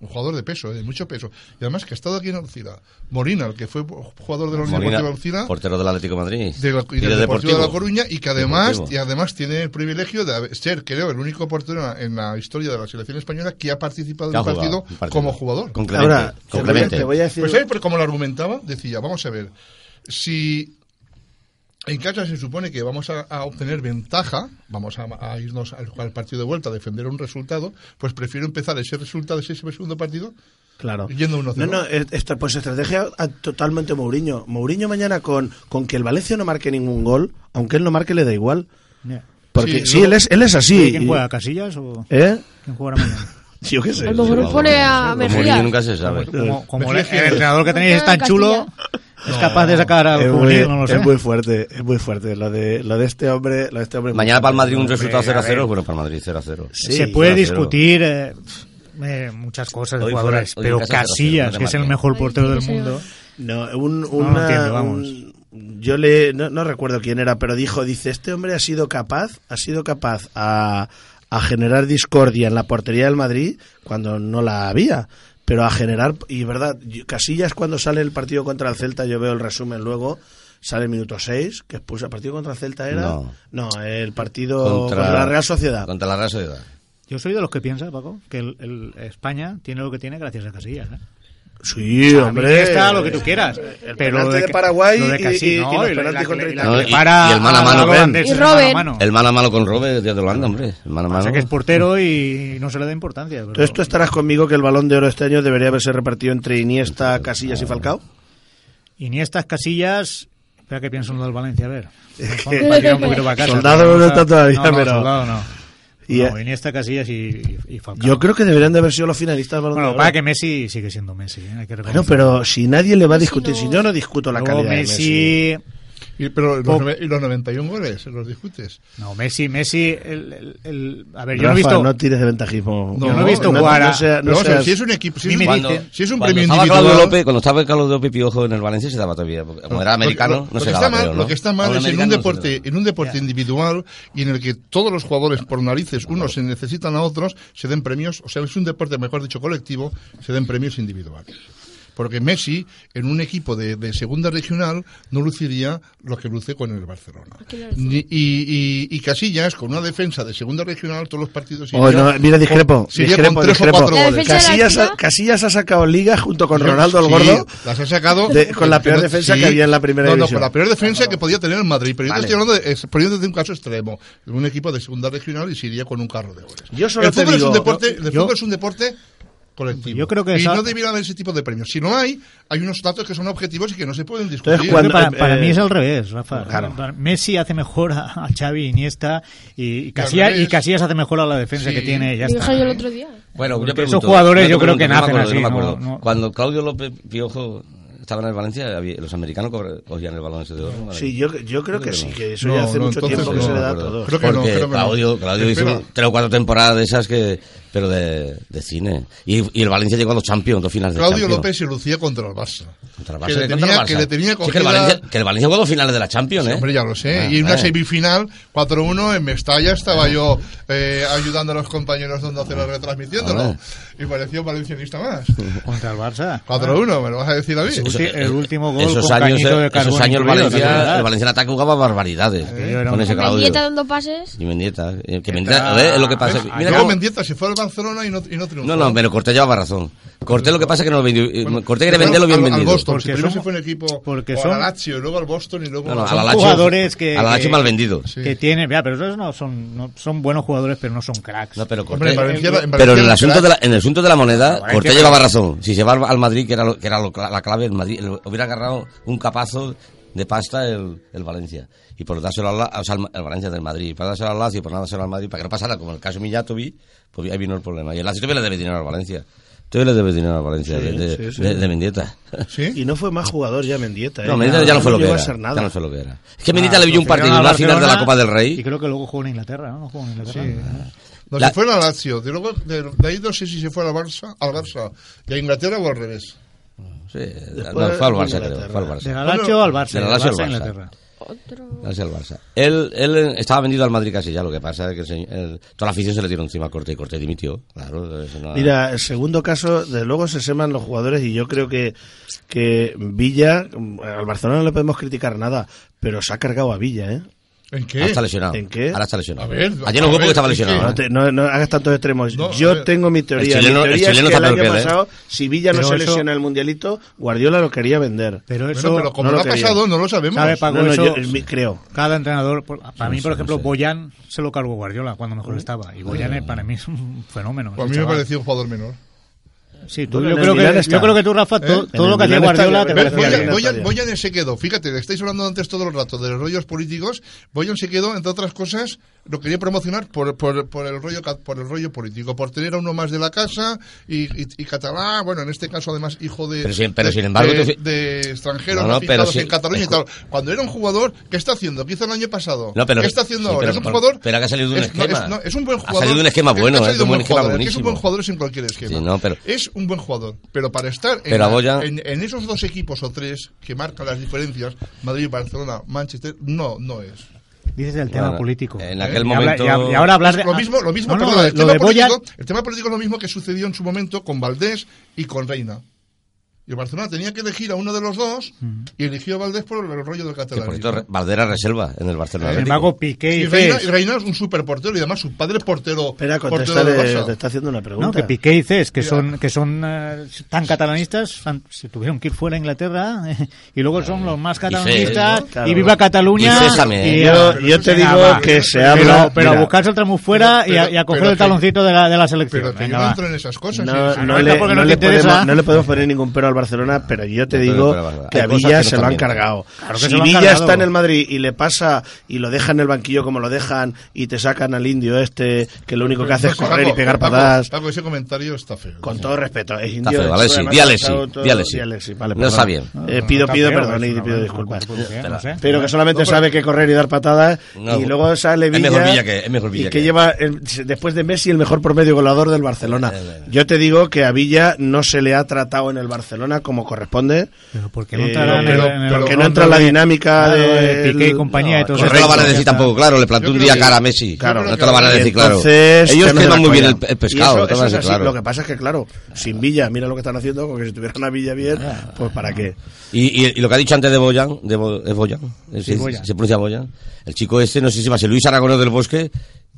Speaker 1: Un jugador de peso, eh, de mucho peso. Y además que ha estado aquí en Alcira. Morina, el que fue jugador de la Unión
Speaker 2: Molina,
Speaker 1: Deportiva Alcira,
Speaker 2: portero del Atlético de Madrid.
Speaker 1: de la- y del
Speaker 2: del
Speaker 1: Deportivo de La Coruña y que además
Speaker 2: Deportivo.
Speaker 1: y además tiene el privilegio de haber- ser creo el único portero en la historia de la selección española que ha participado en
Speaker 2: Que ha
Speaker 1: un
Speaker 2: jugado
Speaker 1: partido,
Speaker 2: un partido.
Speaker 1: como jugador
Speaker 2: Con Clemente.
Speaker 4: Ahora,
Speaker 2: con
Speaker 4: te voy, a,
Speaker 2: Clemente.
Speaker 4: te voy a decir...
Speaker 1: pues él, por- como lo argumentaba, decía, vamos a ver, si en casa se supone que vamos a, a obtener ventaja, vamos a, a irnos al, al partido de vuelta a defender un resultado, pues prefiero empezar ese resultado, ese segundo partido,
Speaker 4: Claro.
Speaker 1: Yendo 1-0.
Speaker 4: No, no, es- esta, pues estrategia a- totalmente Mourinho. Mourinho mañana con, con que el Valencia no marque ningún gol, aunque él no marque le da igual.
Speaker 3: Ya.
Speaker 4: Porque
Speaker 1: Sí,
Speaker 4: sí,
Speaker 1: luego-
Speaker 4: él, es, él es así.
Speaker 3: ¿Quién juega? ¿Casillas o
Speaker 4: ¿Eh?
Speaker 3: quién jugará mañana?
Speaker 4: (laughs) Yo qué
Speaker 5: A
Speaker 4: sé.
Speaker 5: Pues lo mejor
Speaker 2: Como
Speaker 5: pone a Mejía.
Speaker 2: Mourinho nunca se sabe.
Speaker 3: Como, como el,
Speaker 1: Mejía Jiménez.
Speaker 3: entrenador que tenéis es tan
Speaker 5: Castilla.
Speaker 3: chulo, es capaz de sacar a
Speaker 4: Es muy,
Speaker 3: juvenil, no lo sé.
Speaker 4: es muy fuerte, es muy fuerte. Lo de, lo de este hombre, lo de este hombre. es muy
Speaker 2: Mañana para el
Speaker 4: fuerte.
Speaker 2: Madrid un resultado
Speaker 3: Hombre, a
Speaker 2: 0-0.
Speaker 3: ver.
Speaker 2: Bueno, para el Madrid 0-0.
Speaker 4: Sí,
Speaker 3: se puede
Speaker 2: claro,
Speaker 3: discutir eh, eh, muchas cosas de
Speaker 2: Hoy
Speaker 3: jugadores,
Speaker 2: fuera- hoy en casa
Speaker 3: pero
Speaker 2: cero a cero, no
Speaker 3: Casillas,
Speaker 2: te
Speaker 3: que es el
Speaker 2: marquen.
Speaker 3: mejor
Speaker 5: Ay,
Speaker 3: portero
Speaker 5: qué
Speaker 3: del
Speaker 5: paseo.
Speaker 3: mundo,
Speaker 4: No, un,
Speaker 3: lo
Speaker 4: una,
Speaker 3: entiendo, vamos.
Speaker 4: un- yo le, no, no recuerdo quién era, pero dijo, dice, este hombre ha sido capaz, ha sido capaz a, a generar discordia en la portería del Madrid cuando no la había. Pero a generar, y verdad, yo- Casillas cuando sale el partido contra el Celta, yo veo el resumen luego, sale el minuto 6, que expulsa el partido contra el Celta era...
Speaker 2: No.
Speaker 4: No, el partido contra, la Real Sociedad.
Speaker 2: Contra la Real Sociedad.
Speaker 3: Yo soy de los que piensa, Paco, que el, el España tiene lo que tiene gracias a Casillas. ¿eh?
Speaker 4: Sí,
Speaker 3: A mí
Speaker 4: hombre.
Speaker 3: está lo que tú quieras. pero
Speaker 4: penalti
Speaker 3: lo
Speaker 4: de
Speaker 3: que-
Speaker 4: Paraguay
Speaker 3: lo de
Speaker 4: y-
Speaker 3: Casillas,
Speaker 4: y- y
Speaker 3: no,
Speaker 4: los
Speaker 3: la-
Speaker 4: penaltis
Speaker 3: la que
Speaker 4: contra
Speaker 3: le- la
Speaker 4: Italia.
Speaker 3: que
Speaker 2: No,
Speaker 3: le
Speaker 2: y-
Speaker 3: para
Speaker 2: y el mano a mano,
Speaker 3: al
Speaker 2: Ben.
Speaker 3: holandés,
Speaker 5: Y
Speaker 3: el mano a
Speaker 5: Robert.
Speaker 3: mano.
Speaker 2: El mano a mano con Robert, el día de Holanda, hombre. El mano a
Speaker 3: O
Speaker 2: mano.
Speaker 3: sea que es portero y no se le da importancia. pero-
Speaker 4: Entonces tú estarás conmigo que el balón de oro este año debería haberse repartido entre Iniesta, Casillas y Falcao.
Speaker 3: Iniesta, Casillas... Espera que pienso en lo del Valencia, a ver.
Speaker 4: que-
Speaker 3: Para tirar un poquito para casa,
Speaker 4: Soldado
Speaker 3: pero
Speaker 4: no
Speaker 3: vamos a-
Speaker 4: está todavía,
Speaker 3: no, no,
Speaker 4: pero-
Speaker 3: Soldado no.
Speaker 4: Y,
Speaker 3: No,
Speaker 4: eh,
Speaker 3: Iniesta, Casillas y, y- y Falcao.
Speaker 4: Yo creo que deberían de haber sido los finalistas del balón de
Speaker 3: Bueno,
Speaker 4: oro.
Speaker 3: para que Messi sigue siendo Messi, ¿eh? hay que
Speaker 4: Bueno,
Speaker 3: reconocerlo.
Speaker 4: pero si nadie le va a
Speaker 5: Messi
Speaker 4: discutir,
Speaker 5: no-
Speaker 4: si yo no discuto la
Speaker 3: Luego
Speaker 4: calidad de Messi.
Speaker 3: Messi...
Speaker 1: y, pero los,
Speaker 3: Po-
Speaker 1: nove- y los 91 goles, los discutes.
Speaker 3: No, Messi, Messi... el- el- el- A ver, yo no
Speaker 4: Rafa,
Speaker 3: he visto...
Speaker 4: no tires de ventajismo.
Speaker 1: No, no he visto
Speaker 3: jugar a-
Speaker 4: sea-
Speaker 1: Pero vamos a ver,
Speaker 4: seas-
Speaker 1: si es un equipo, si es
Speaker 3: Ni
Speaker 1: un,
Speaker 3: me
Speaker 2: Cuando,
Speaker 3: dicen-
Speaker 1: si es un
Speaker 2: cuando
Speaker 1: premio
Speaker 2: estaba
Speaker 1: individual...
Speaker 2: Claudio López, cuando estaba Claudio López Piojo en el Valencia se daba todavía, porque como era
Speaker 1: Lo que-
Speaker 2: americano,
Speaker 1: lo-
Speaker 2: no
Speaker 1: lo
Speaker 2: se
Speaker 1: que
Speaker 2: daba.
Speaker 1: está mal,
Speaker 2: creo, ¿no?
Speaker 1: lo que está
Speaker 2: A
Speaker 1: mal es
Speaker 2: un
Speaker 1: en un
Speaker 2: americano no se
Speaker 1: deporte,
Speaker 2: daba.
Speaker 1: en un deporte individual y en el que todos los jugadores por narices, unos se necesitan a otros, se den premios, o sea, es un deporte, mejor dicho, colectivo, se den premios individuales. Porque Messi, en un equipo de, de segunda regional, no luciría lo que luce con el Barcelona.
Speaker 5: Aquí lo luce.
Speaker 1: Ni- y, y- y Casillas, con una defensa de segunda regional, todos los partidos...
Speaker 4: Oh,
Speaker 1: iría
Speaker 4: no, mira,
Speaker 1: con-
Speaker 4: discrepo.
Speaker 1: sería
Speaker 4: discrepo,
Speaker 1: con tres
Speaker 4: discrepo.
Speaker 1: o cuatro
Speaker 5: La
Speaker 1: goles.
Speaker 5: defensa de la
Speaker 4: Casillas,
Speaker 5: Alcira-
Speaker 4: ha, Casillas ha sacado en liga junto con
Speaker 1: Yo-
Speaker 4: Ronaldo el
Speaker 1: sí,
Speaker 4: Gordo.
Speaker 1: Las ha sacado
Speaker 4: De- con la peor defensa que había en la primera
Speaker 1: no, No,
Speaker 4: división.
Speaker 1: con la peor defensa que podía tener el Madrid. Pero yo
Speaker 4: Vale.
Speaker 1: te estoy hablando de, es- poniéndote un caso extremo. Un equipo de segunda regional y se iría con un carro de goles.
Speaker 4: Yo solo
Speaker 1: el
Speaker 4: te
Speaker 1: fútbol es un
Speaker 4: digo,
Speaker 1: deporte,
Speaker 3: no,
Speaker 1: el
Speaker 3: yo-
Speaker 1: fútbol es un deporte colectivo.
Speaker 3: Yo creo
Speaker 1: y
Speaker 3: que esa-
Speaker 1: no debiera haber ese tipo de premios. Si no hay, hay unos datos que son objetivos y que no se pueden discutir.
Speaker 4: Entonces, cuando-
Speaker 3: para, para
Speaker 4: eh,
Speaker 3: mí es al revés, Rafa.
Speaker 4: claro.
Speaker 3: Para- Messi hace mejor a, a Xavi, Iniesta y, y, Casillas, y
Speaker 1: revés.
Speaker 3: Casillas hace mejor a la defensa
Speaker 1: Sí.
Speaker 3: que tiene. y Ya
Speaker 5: Dije
Speaker 3: está,
Speaker 5: yo el
Speaker 3: ¿eh?
Speaker 5: otro día.
Speaker 2: Bueno, yo
Speaker 3: Porque
Speaker 2: pregunto,
Speaker 3: esos jugadores
Speaker 2: te
Speaker 3: yo creo
Speaker 2: pregunto,
Speaker 3: que
Speaker 2: no me
Speaker 3: nacen
Speaker 2: acuerdo,
Speaker 3: así,
Speaker 2: no me acuerdo.
Speaker 3: no- no.
Speaker 2: Cuando Claudio López Piojo estaba en el Valencia, había- los americanos cobra- cogían el balón ese de oro. ¿no?
Speaker 4: Sí, yo, yo creo que sí, que eso
Speaker 1: No,
Speaker 4: ya hace
Speaker 1: no,
Speaker 4: mucho
Speaker 1: entonces
Speaker 4: tiempo que
Speaker 1: no,
Speaker 4: se le da a
Speaker 1: no, no.
Speaker 4: todos.
Speaker 1: Creo que
Speaker 2: Porque
Speaker 1: no, creo que no.
Speaker 2: Claudio, Claudio hizo
Speaker 1: Espero.
Speaker 2: tres o cuatro temporadas de esas que... Pero de, de cine. Y, y el Valencia llegó a los Champions, dos finales de
Speaker 1: Claudio
Speaker 2: Champions.
Speaker 1: López se lucía contra el Barça.
Speaker 2: Contra el Barça,
Speaker 1: que, le
Speaker 2: contra el
Speaker 1: tenía,
Speaker 2: Barça.
Speaker 1: que le tenía
Speaker 2: Sí, que, el
Speaker 1: cogida-
Speaker 2: Valencia, que el Valencia llegó a dos finales de la Champions, ¿eh?
Speaker 1: Hombre, ya lo sé.
Speaker 2: Ah,
Speaker 1: y en una
Speaker 2: eh.
Speaker 1: semifinal, 4-1, en Mestalla estaba yo eh, ayudando a los compañeros donde hacer retransmitiéndolo.
Speaker 2: Ah.
Speaker 1: Y parecía un valencianista más.
Speaker 3: Contra el Barça.
Speaker 1: 4-1, me lo vas a decir a mí.
Speaker 3: Sí. el
Speaker 2: eh,
Speaker 3: último gol
Speaker 2: esos
Speaker 3: con
Speaker 2: años,
Speaker 3: cañito de
Speaker 2: eh,
Speaker 3: carbón
Speaker 2: esos años el
Speaker 3: incluido, ¿no es
Speaker 2: Valencia,
Speaker 3: verdad?
Speaker 2: el Valencia en ataque jugaba barbaridades.
Speaker 3: yo era
Speaker 2: con
Speaker 3: un-
Speaker 2: ese Claudio.
Speaker 5: Mendieta dando pases.
Speaker 2: Y Mendieta, eh, que Mendieta, a ver, es lo que pasa.
Speaker 1: ¿Ves?
Speaker 2: Mira
Speaker 1: Luego
Speaker 2: cómo-
Speaker 1: Mendieta se fue al Barcelona y no, y no triunfó.
Speaker 2: No, no, pero Cortés llevaba razón. Cortés lo que pasa es que no lo vendió. eh,
Speaker 1: Bueno,
Speaker 2: Cortés quiere
Speaker 1: primero
Speaker 2: venderlo bien
Speaker 1: al-
Speaker 2: vendido.
Speaker 1: Al Boston,
Speaker 3: Porque
Speaker 1: si primero
Speaker 3: son-
Speaker 1: se fue un equipo
Speaker 3: porque
Speaker 1: o
Speaker 3: son-
Speaker 1: al Lazio, y luego al Boston y luego
Speaker 2: No, no,
Speaker 1: al-
Speaker 2: a la
Speaker 3: son
Speaker 2: Lazio-
Speaker 3: jugadores que-
Speaker 2: A la Lazio
Speaker 3: que-
Speaker 2: mal vendido.
Speaker 1: Sí.
Speaker 3: Que tiene, ya, pero esos no son, no- son buenos jugadores, pero no son cracks.
Speaker 2: No, pero
Speaker 1: Hombre,
Speaker 2: Cortés.
Speaker 1: en Valencia- en
Speaker 2: Pero en el
Speaker 1: Valencia
Speaker 2: asunto
Speaker 1: era-
Speaker 2: de la, en el asunto de la moneda,
Speaker 3: Valencia-
Speaker 2: Cortés llevaba razón. Si se va al- al Madrid, que era, lo- que era lo- la clave, el Madrid el- hubiera agarrado un capazo de pasta el, el Valencia. Y por dárselo al, La- o sea, al- al Valencia del Madrid, para dárselo al Lazio, por no dárselo al Madrid, para que no pasara como el caso Millatovi, pues ahí vino el problema. Y el Lazio todavía le debe dinero al Valencia. Todavía le debe dinero al Valencia,
Speaker 4: Sí,
Speaker 2: de, de-
Speaker 4: sí, sí.
Speaker 2: de- de Mendieta.
Speaker 1: ¿Sí?
Speaker 4: Y no fue más jugador ya Mendieta. ¿eh?
Speaker 2: No, Mendieta ya no fue lo que
Speaker 4: llegó a
Speaker 2: era.
Speaker 4: ser nada.
Speaker 2: Ya no fue lo que era. Es que Mendieta le vio un partido, en una final de la Copa del Rey.
Speaker 3: Y creo que luego jugó en Inglaterra, ¿no? No jugó en Inglaterra. Ah, ¿no?
Speaker 1: No,
Speaker 2: La-
Speaker 1: se fue al Lazio. De, luego, de, de ahí no sé si se fue al Barça, al Barça y a Inglaterra o al revés.
Speaker 2: Sí, no, fue al Barça,
Speaker 4: Inglaterra.
Speaker 2: creo. Fue al
Speaker 3: De
Speaker 2: Barça.
Speaker 3: la Lazio al Barça.
Speaker 2: De la
Speaker 3: del
Speaker 2: Lazio al
Speaker 3: Barça a
Speaker 2: Barça.
Speaker 3: Inglaterra.
Speaker 5: Otro.
Speaker 2: Al ser el Barça. Él, él estaba vendido al Madrid casi ya, lo que pasa es que el señor- el- toda la afición se le tiró encima a Corte y Corte dimitió. Claro, eso no-
Speaker 4: Mira, el segundo caso, de luego se seman los jugadores y yo creo que, que Villa, mm, al Barcelona no le podemos criticar nada, pero se ha cargado a Villa, ¿eh?
Speaker 1: ¿En qué?
Speaker 2: Ahora está lesionado.
Speaker 4: ¿En qué?
Speaker 2: Ahora está lesionado.
Speaker 1: A ver,
Speaker 2: Ayer no
Speaker 1: a
Speaker 2: jugó
Speaker 1: ver,
Speaker 2: porque estaba
Speaker 1: es que-
Speaker 2: lesionado.
Speaker 4: No,
Speaker 2: ¿eh?
Speaker 4: te- no- no hagas tantos extremos.
Speaker 1: No, a
Speaker 4: yo
Speaker 1: ver.
Speaker 4: tengo mi teoría.
Speaker 2: El chileno-
Speaker 4: mi teoría
Speaker 2: el chileno
Speaker 4: es que
Speaker 2: está
Speaker 4: el año
Speaker 2: peor que él, ¿eh?
Speaker 4: pasado, si Villa no
Speaker 3: Pero
Speaker 4: se
Speaker 3: eso-
Speaker 4: lesiona el mundialito, Guardiola lo quería vender.
Speaker 3: Pero
Speaker 1: Bueno,
Speaker 3: eso.
Speaker 1: pero como
Speaker 4: no
Speaker 1: no,
Speaker 4: lo
Speaker 1: ha
Speaker 4: quería.
Speaker 1: pasado, no lo sabemos.
Speaker 3: ¿Sabe, Paco?
Speaker 4: No, no,
Speaker 3: eso-
Speaker 4: yo- mi- Eh, creo.
Speaker 3: Cada entrenador, por- para
Speaker 2: No
Speaker 3: mí,
Speaker 2: sé,
Speaker 3: por
Speaker 2: no
Speaker 3: ejemplo,
Speaker 2: sé.
Speaker 3: Boyan se lo cargó Guardiola cuando mejor estaba. Y Boyan eh, para mí es un fenómeno.
Speaker 1: Pues a
Speaker 3: ese
Speaker 1: mí me
Speaker 3: chaval.
Speaker 1: pareció un jugador menor.
Speaker 3: Sí, tú-
Speaker 4: Bueno,
Speaker 3: yo,
Speaker 4: en el
Speaker 3: creo
Speaker 4: Milán
Speaker 3: que,
Speaker 4: está.
Speaker 3: yo creo que tú, Rafa, to-
Speaker 4: ¿Eh?
Speaker 3: todo
Speaker 4: En
Speaker 3: lo que
Speaker 4: el
Speaker 3: hacía
Speaker 4: Milán está,
Speaker 3: Guardiola
Speaker 4: yo
Speaker 3: te
Speaker 4: creo que
Speaker 1: Ve-
Speaker 4: Gracias,
Speaker 1: Boyan,
Speaker 3: parecía
Speaker 4: Milán
Speaker 3: bien.
Speaker 4: está-
Speaker 1: Boyan-
Speaker 4: Natalia.
Speaker 1: Boyan se quedó, fíjate, le estáis hablando antes todo el rato de los rollos políticos. Boyan se quedó, entre otras cosas, lo quería promocionar por, por, por el, rollo, ca- por el rollo político, por tener a uno más de la casa y, y- y catalán, bueno, en este caso además hijo de,
Speaker 2: Pero sin- pero
Speaker 1: de-
Speaker 2: sin embargo,
Speaker 1: de,
Speaker 2: tú fi-
Speaker 1: de extranjeros
Speaker 2: No, no,
Speaker 1: no
Speaker 2: pero
Speaker 1: fichados
Speaker 2: sí-
Speaker 1: en Cataluña y tal.
Speaker 2: escu-
Speaker 1: Cuando era un jugador, ¿qué está haciendo? ¿Qué hizo el año pasado?
Speaker 2: No, pero-
Speaker 1: ¿Qué está haciendo
Speaker 2: sí,
Speaker 1: ahora?
Speaker 2: pero-
Speaker 1: es un
Speaker 2: pero-
Speaker 1: jugador...
Speaker 2: pero que ha salido de un
Speaker 1: es- no,
Speaker 2: esquema.
Speaker 1: es- no, es un buen
Speaker 2: Ha
Speaker 1: jugador.
Speaker 2: salido de un esquema
Speaker 1: es- ha
Speaker 2: bueno, ¿eh?
Speaker 1: salido
Speaker 2: es de un buen esquema
Speaker 1: jugador, es que Es un buen
Speaker 2: buenísimo.
Speaker 1: jugador en cualquier esquema.
Speaker 2: Sí, no, pero-
Speaker 1: Es un buen jugador, pero para estar en,
Speaker 2: Pero
Speaker 1: la-
Speaker 2: a Boyan-
Speaker 1: en- en esos dos equipos o tres que marcan las diferencias, Madrid, Barcelona, Manchester, no, no es.
Speaker 3: Dices el tema
Speaker 2: Bueno,
Speaker 3: político. Eh,
Speaker 2: en aquel
Speaker 3: Y habla-
Speaker 2: momento-
Speaker 3: y hab- y ahora hablar de.
Speaker 1: Lo mismo, lo mismo,
Speaker 3: No, no,
Speaker 1: perdona, el,
Speaker 3: lo
Speaker 1: tema
Speaker 3: de Boyan.
Speaker 1: político, el tema político es lo mismo que sucedió en su momento con Valdés y con Reina. Y el Barcelona tenía que elegir a uno de los dos y eligió a Valdés por el rollo del
Speaker 2: Que por
Speaker 1: catalán.
Speaker 2: cierto, Valdera reserva en el Barcelona.
Speaker 3: Sin
Speaker 2: Atlético.
Speaker 3: embargo, Piqué y
Speaker 1: Y Reina,
Speaker 3: Cés-
Speaker 1: y Reina es un superportero y además su padre es portero.
Speaker 4: Espera,
Speaker 1: portero del
Speaker 4: contéstale,
Speaker 1: Barça.
Speaker 4: te está haciendo una pregunta.
Speaker 3: No, que Piqué y Cés, que
Speaker 1: Mira.
Speaker 3: son, que son eh, tan catalanistas, han- se tuvieron que ir fuera a Inglaterra eh, y luego son los más catalanistas y,
Speaker 4: Cés, ¿no?
Speaker 3: viva Cataluña.
Speaker 2: Y Cés también.
Speaker 3: y,
Speaker 4: Yo-
Speaker 3: ah,
Speaker 4: yo te
Speaker 3: venga,
Speaker 4: digo
Speaker 3: va.
Speaker 4: que se
Speaker 3: Pero-
Speaker 4: habla-
Speaker 3: Pero,
Speaker 4: mira.
Speaker 3: a buscarse el tramuffuera y, a, y a
Speaker 1: Pero-
Speaker 3: coger
Speaker 1: pero
Speaker 3: el
Speaker 1: que-
Speaker 3: taloncito de la, de la selección.
Speaker 1: Pero que
Speaker 3: Venga,
Speaker 1: yo no
Speaker 3: va.
Speaker 1: entro en esas cosas.
Speaker 4: No,
Speaker 1: sí, Ah, sí.
Speaker 4: no
Speaker 3: no,
Speaker 4: le,
Speaker 3: porque
Speaker 4: no
Speaker 3: no
Speaker 4: le
Speaker 3: te interesa.
Speaker 4: podemos, no le podemos poner ningún pero al Barcelona, pero yo te
Speaker 2: No, pero
Speaker 4: digo
Speaker 2: espera, va, va.
Speaker 4: que
Speaker 2: Hay
Speaker 4: a
Speaker 2: cosas
Speaker 4: Villa
Speaker 2: que no
Speaker 4: se lo han
Speaker 2: cambian.
Speaker 4: cargado.
Speaker 3: Claro que
Speaker 4: si
Speaker 3: se lo han
Speaker 4: Villa
Speaker 3: cargado.
Speaker 4: está en el Madrid y le pasa y lo deja en el banquillo como lo dejan y te sacan al indio este que lo único que hace es
Speaker 1: Paco,
Speaker 4: correr y
Speaker 1: Paco,
Speaker 4: pegar
Speaker 1: Paco,
Speaker 4: patadas.
Speaker 1: Paco, ese comentario está feo.
Speaker 4: Con todo respeto, es
Speaker 2: Está
Speaker 4: indio.
Speaker 2: feo,
Speaker 4: eso
Speaker 2: Alexi,
Speaker 4: además
Speaker 2: di
Speaker 4: ha
Speaker 2: Alexi,
Speaker 4: estado todo-
Speaker 2: di Alexi.
Speaker 4: di Alexi, vale,
Speaker 2: No
Speaker 4: perdón.
Speaker 2: está bien.
Speaker 4: Eh, pido,
Speaker 3: Está
Speaker 4: pido
Speaker 3: feo,
Speaker 4: perdón
Speaker 3: es
Speaker 4: y
Speaker 3: una
Speaker 4: pido
Speaker 3: buena
Speaker 4: disculpas.
Speaker 3: conclusión, pues, no sé.
Speaker 4: Pero que solamente
Speaker 1: No, pero-
Speaker 4: sabe que correr y dar patadas
Speaker 2: No,
Speaker 4: y luego sale
Speaker 2: es
Speaker 4: Villa,
Speaker 2: mejor Villa que- es mejor Villa
Speaker 4: y que,
Speaker 2: que-
Speaker 4: lleva el- después de Messi el mejor promedio goleador del Barcelona.
Speaker 2: Eh, eh, eh.
Speaker 4: Yo te digo que a Villa no se le ha tratado en el Barcelona Barcelona como corresponde.
Speaker 3: Pero ¿por qué
Speaker 4: Eh,
Speaker 3: no entrará en el-
Speaker 1: pero-
Speaker 3: en el
Speaker 1: pero
Speaker 4: que
Speaker 3: Ronaldo
Speaker 4: no entra en la
Speaker 3: de-
Speaker 4: dinámica
Speaker 3: claro,
Speaker 4: de,
Speaker 3: de Piqué y compañía y todo
Speaker 2: Correcto,
Speaker 4: correcto.
Speaker 2: no lo van a decir tampoco, claro. Le plantó
Speaker 1: Yo
Speaker 2: un
Speaker 1: creo
Speaker 2: día
Speaker 1: que-
Speaker 2: cara a Messi.
Speaker 1: claro,
Speaker 2: no te lo van a
Speaker 1: claro.
Speaker 2: decir, claro.
Speaker 4: Entonces,
Speaker 2: Ellos
Speaker 4: teme de
Speaker 2: queman
Speaker 4: la
Speaker 2: muy bien el,
Speaker 4: colla.
Speaker 2: el
Speaker 4: Y
Speaker 2: pescado,
Speaker 4: eso-
Speaker 2: no te
Speaker 4: eso
Speaker 2: lo van a
Speaker 4: es
Speaker 2: decir,
Speaker 4: así.
Speaker 2: claro.
Speaker 4: Lo que pasa es que, claro, sin Villa, mira lo que están haciendo, porque si tuvieran a Villa bien,
Speaker 2: Ah.
Speaker 4: pues para qué.
Speaker 2: Y, y- y lo que ha dicho antes de Boyan, de Bo- ¿es Boyan? ¿Es-
Speaker 3: Sí,
Speaker 2: es-
Speaker 3: Boyan.
Speaker 2: se pronuncia Boyan. El chico este, no sé si va a ser Luis Aragonés del Bosque,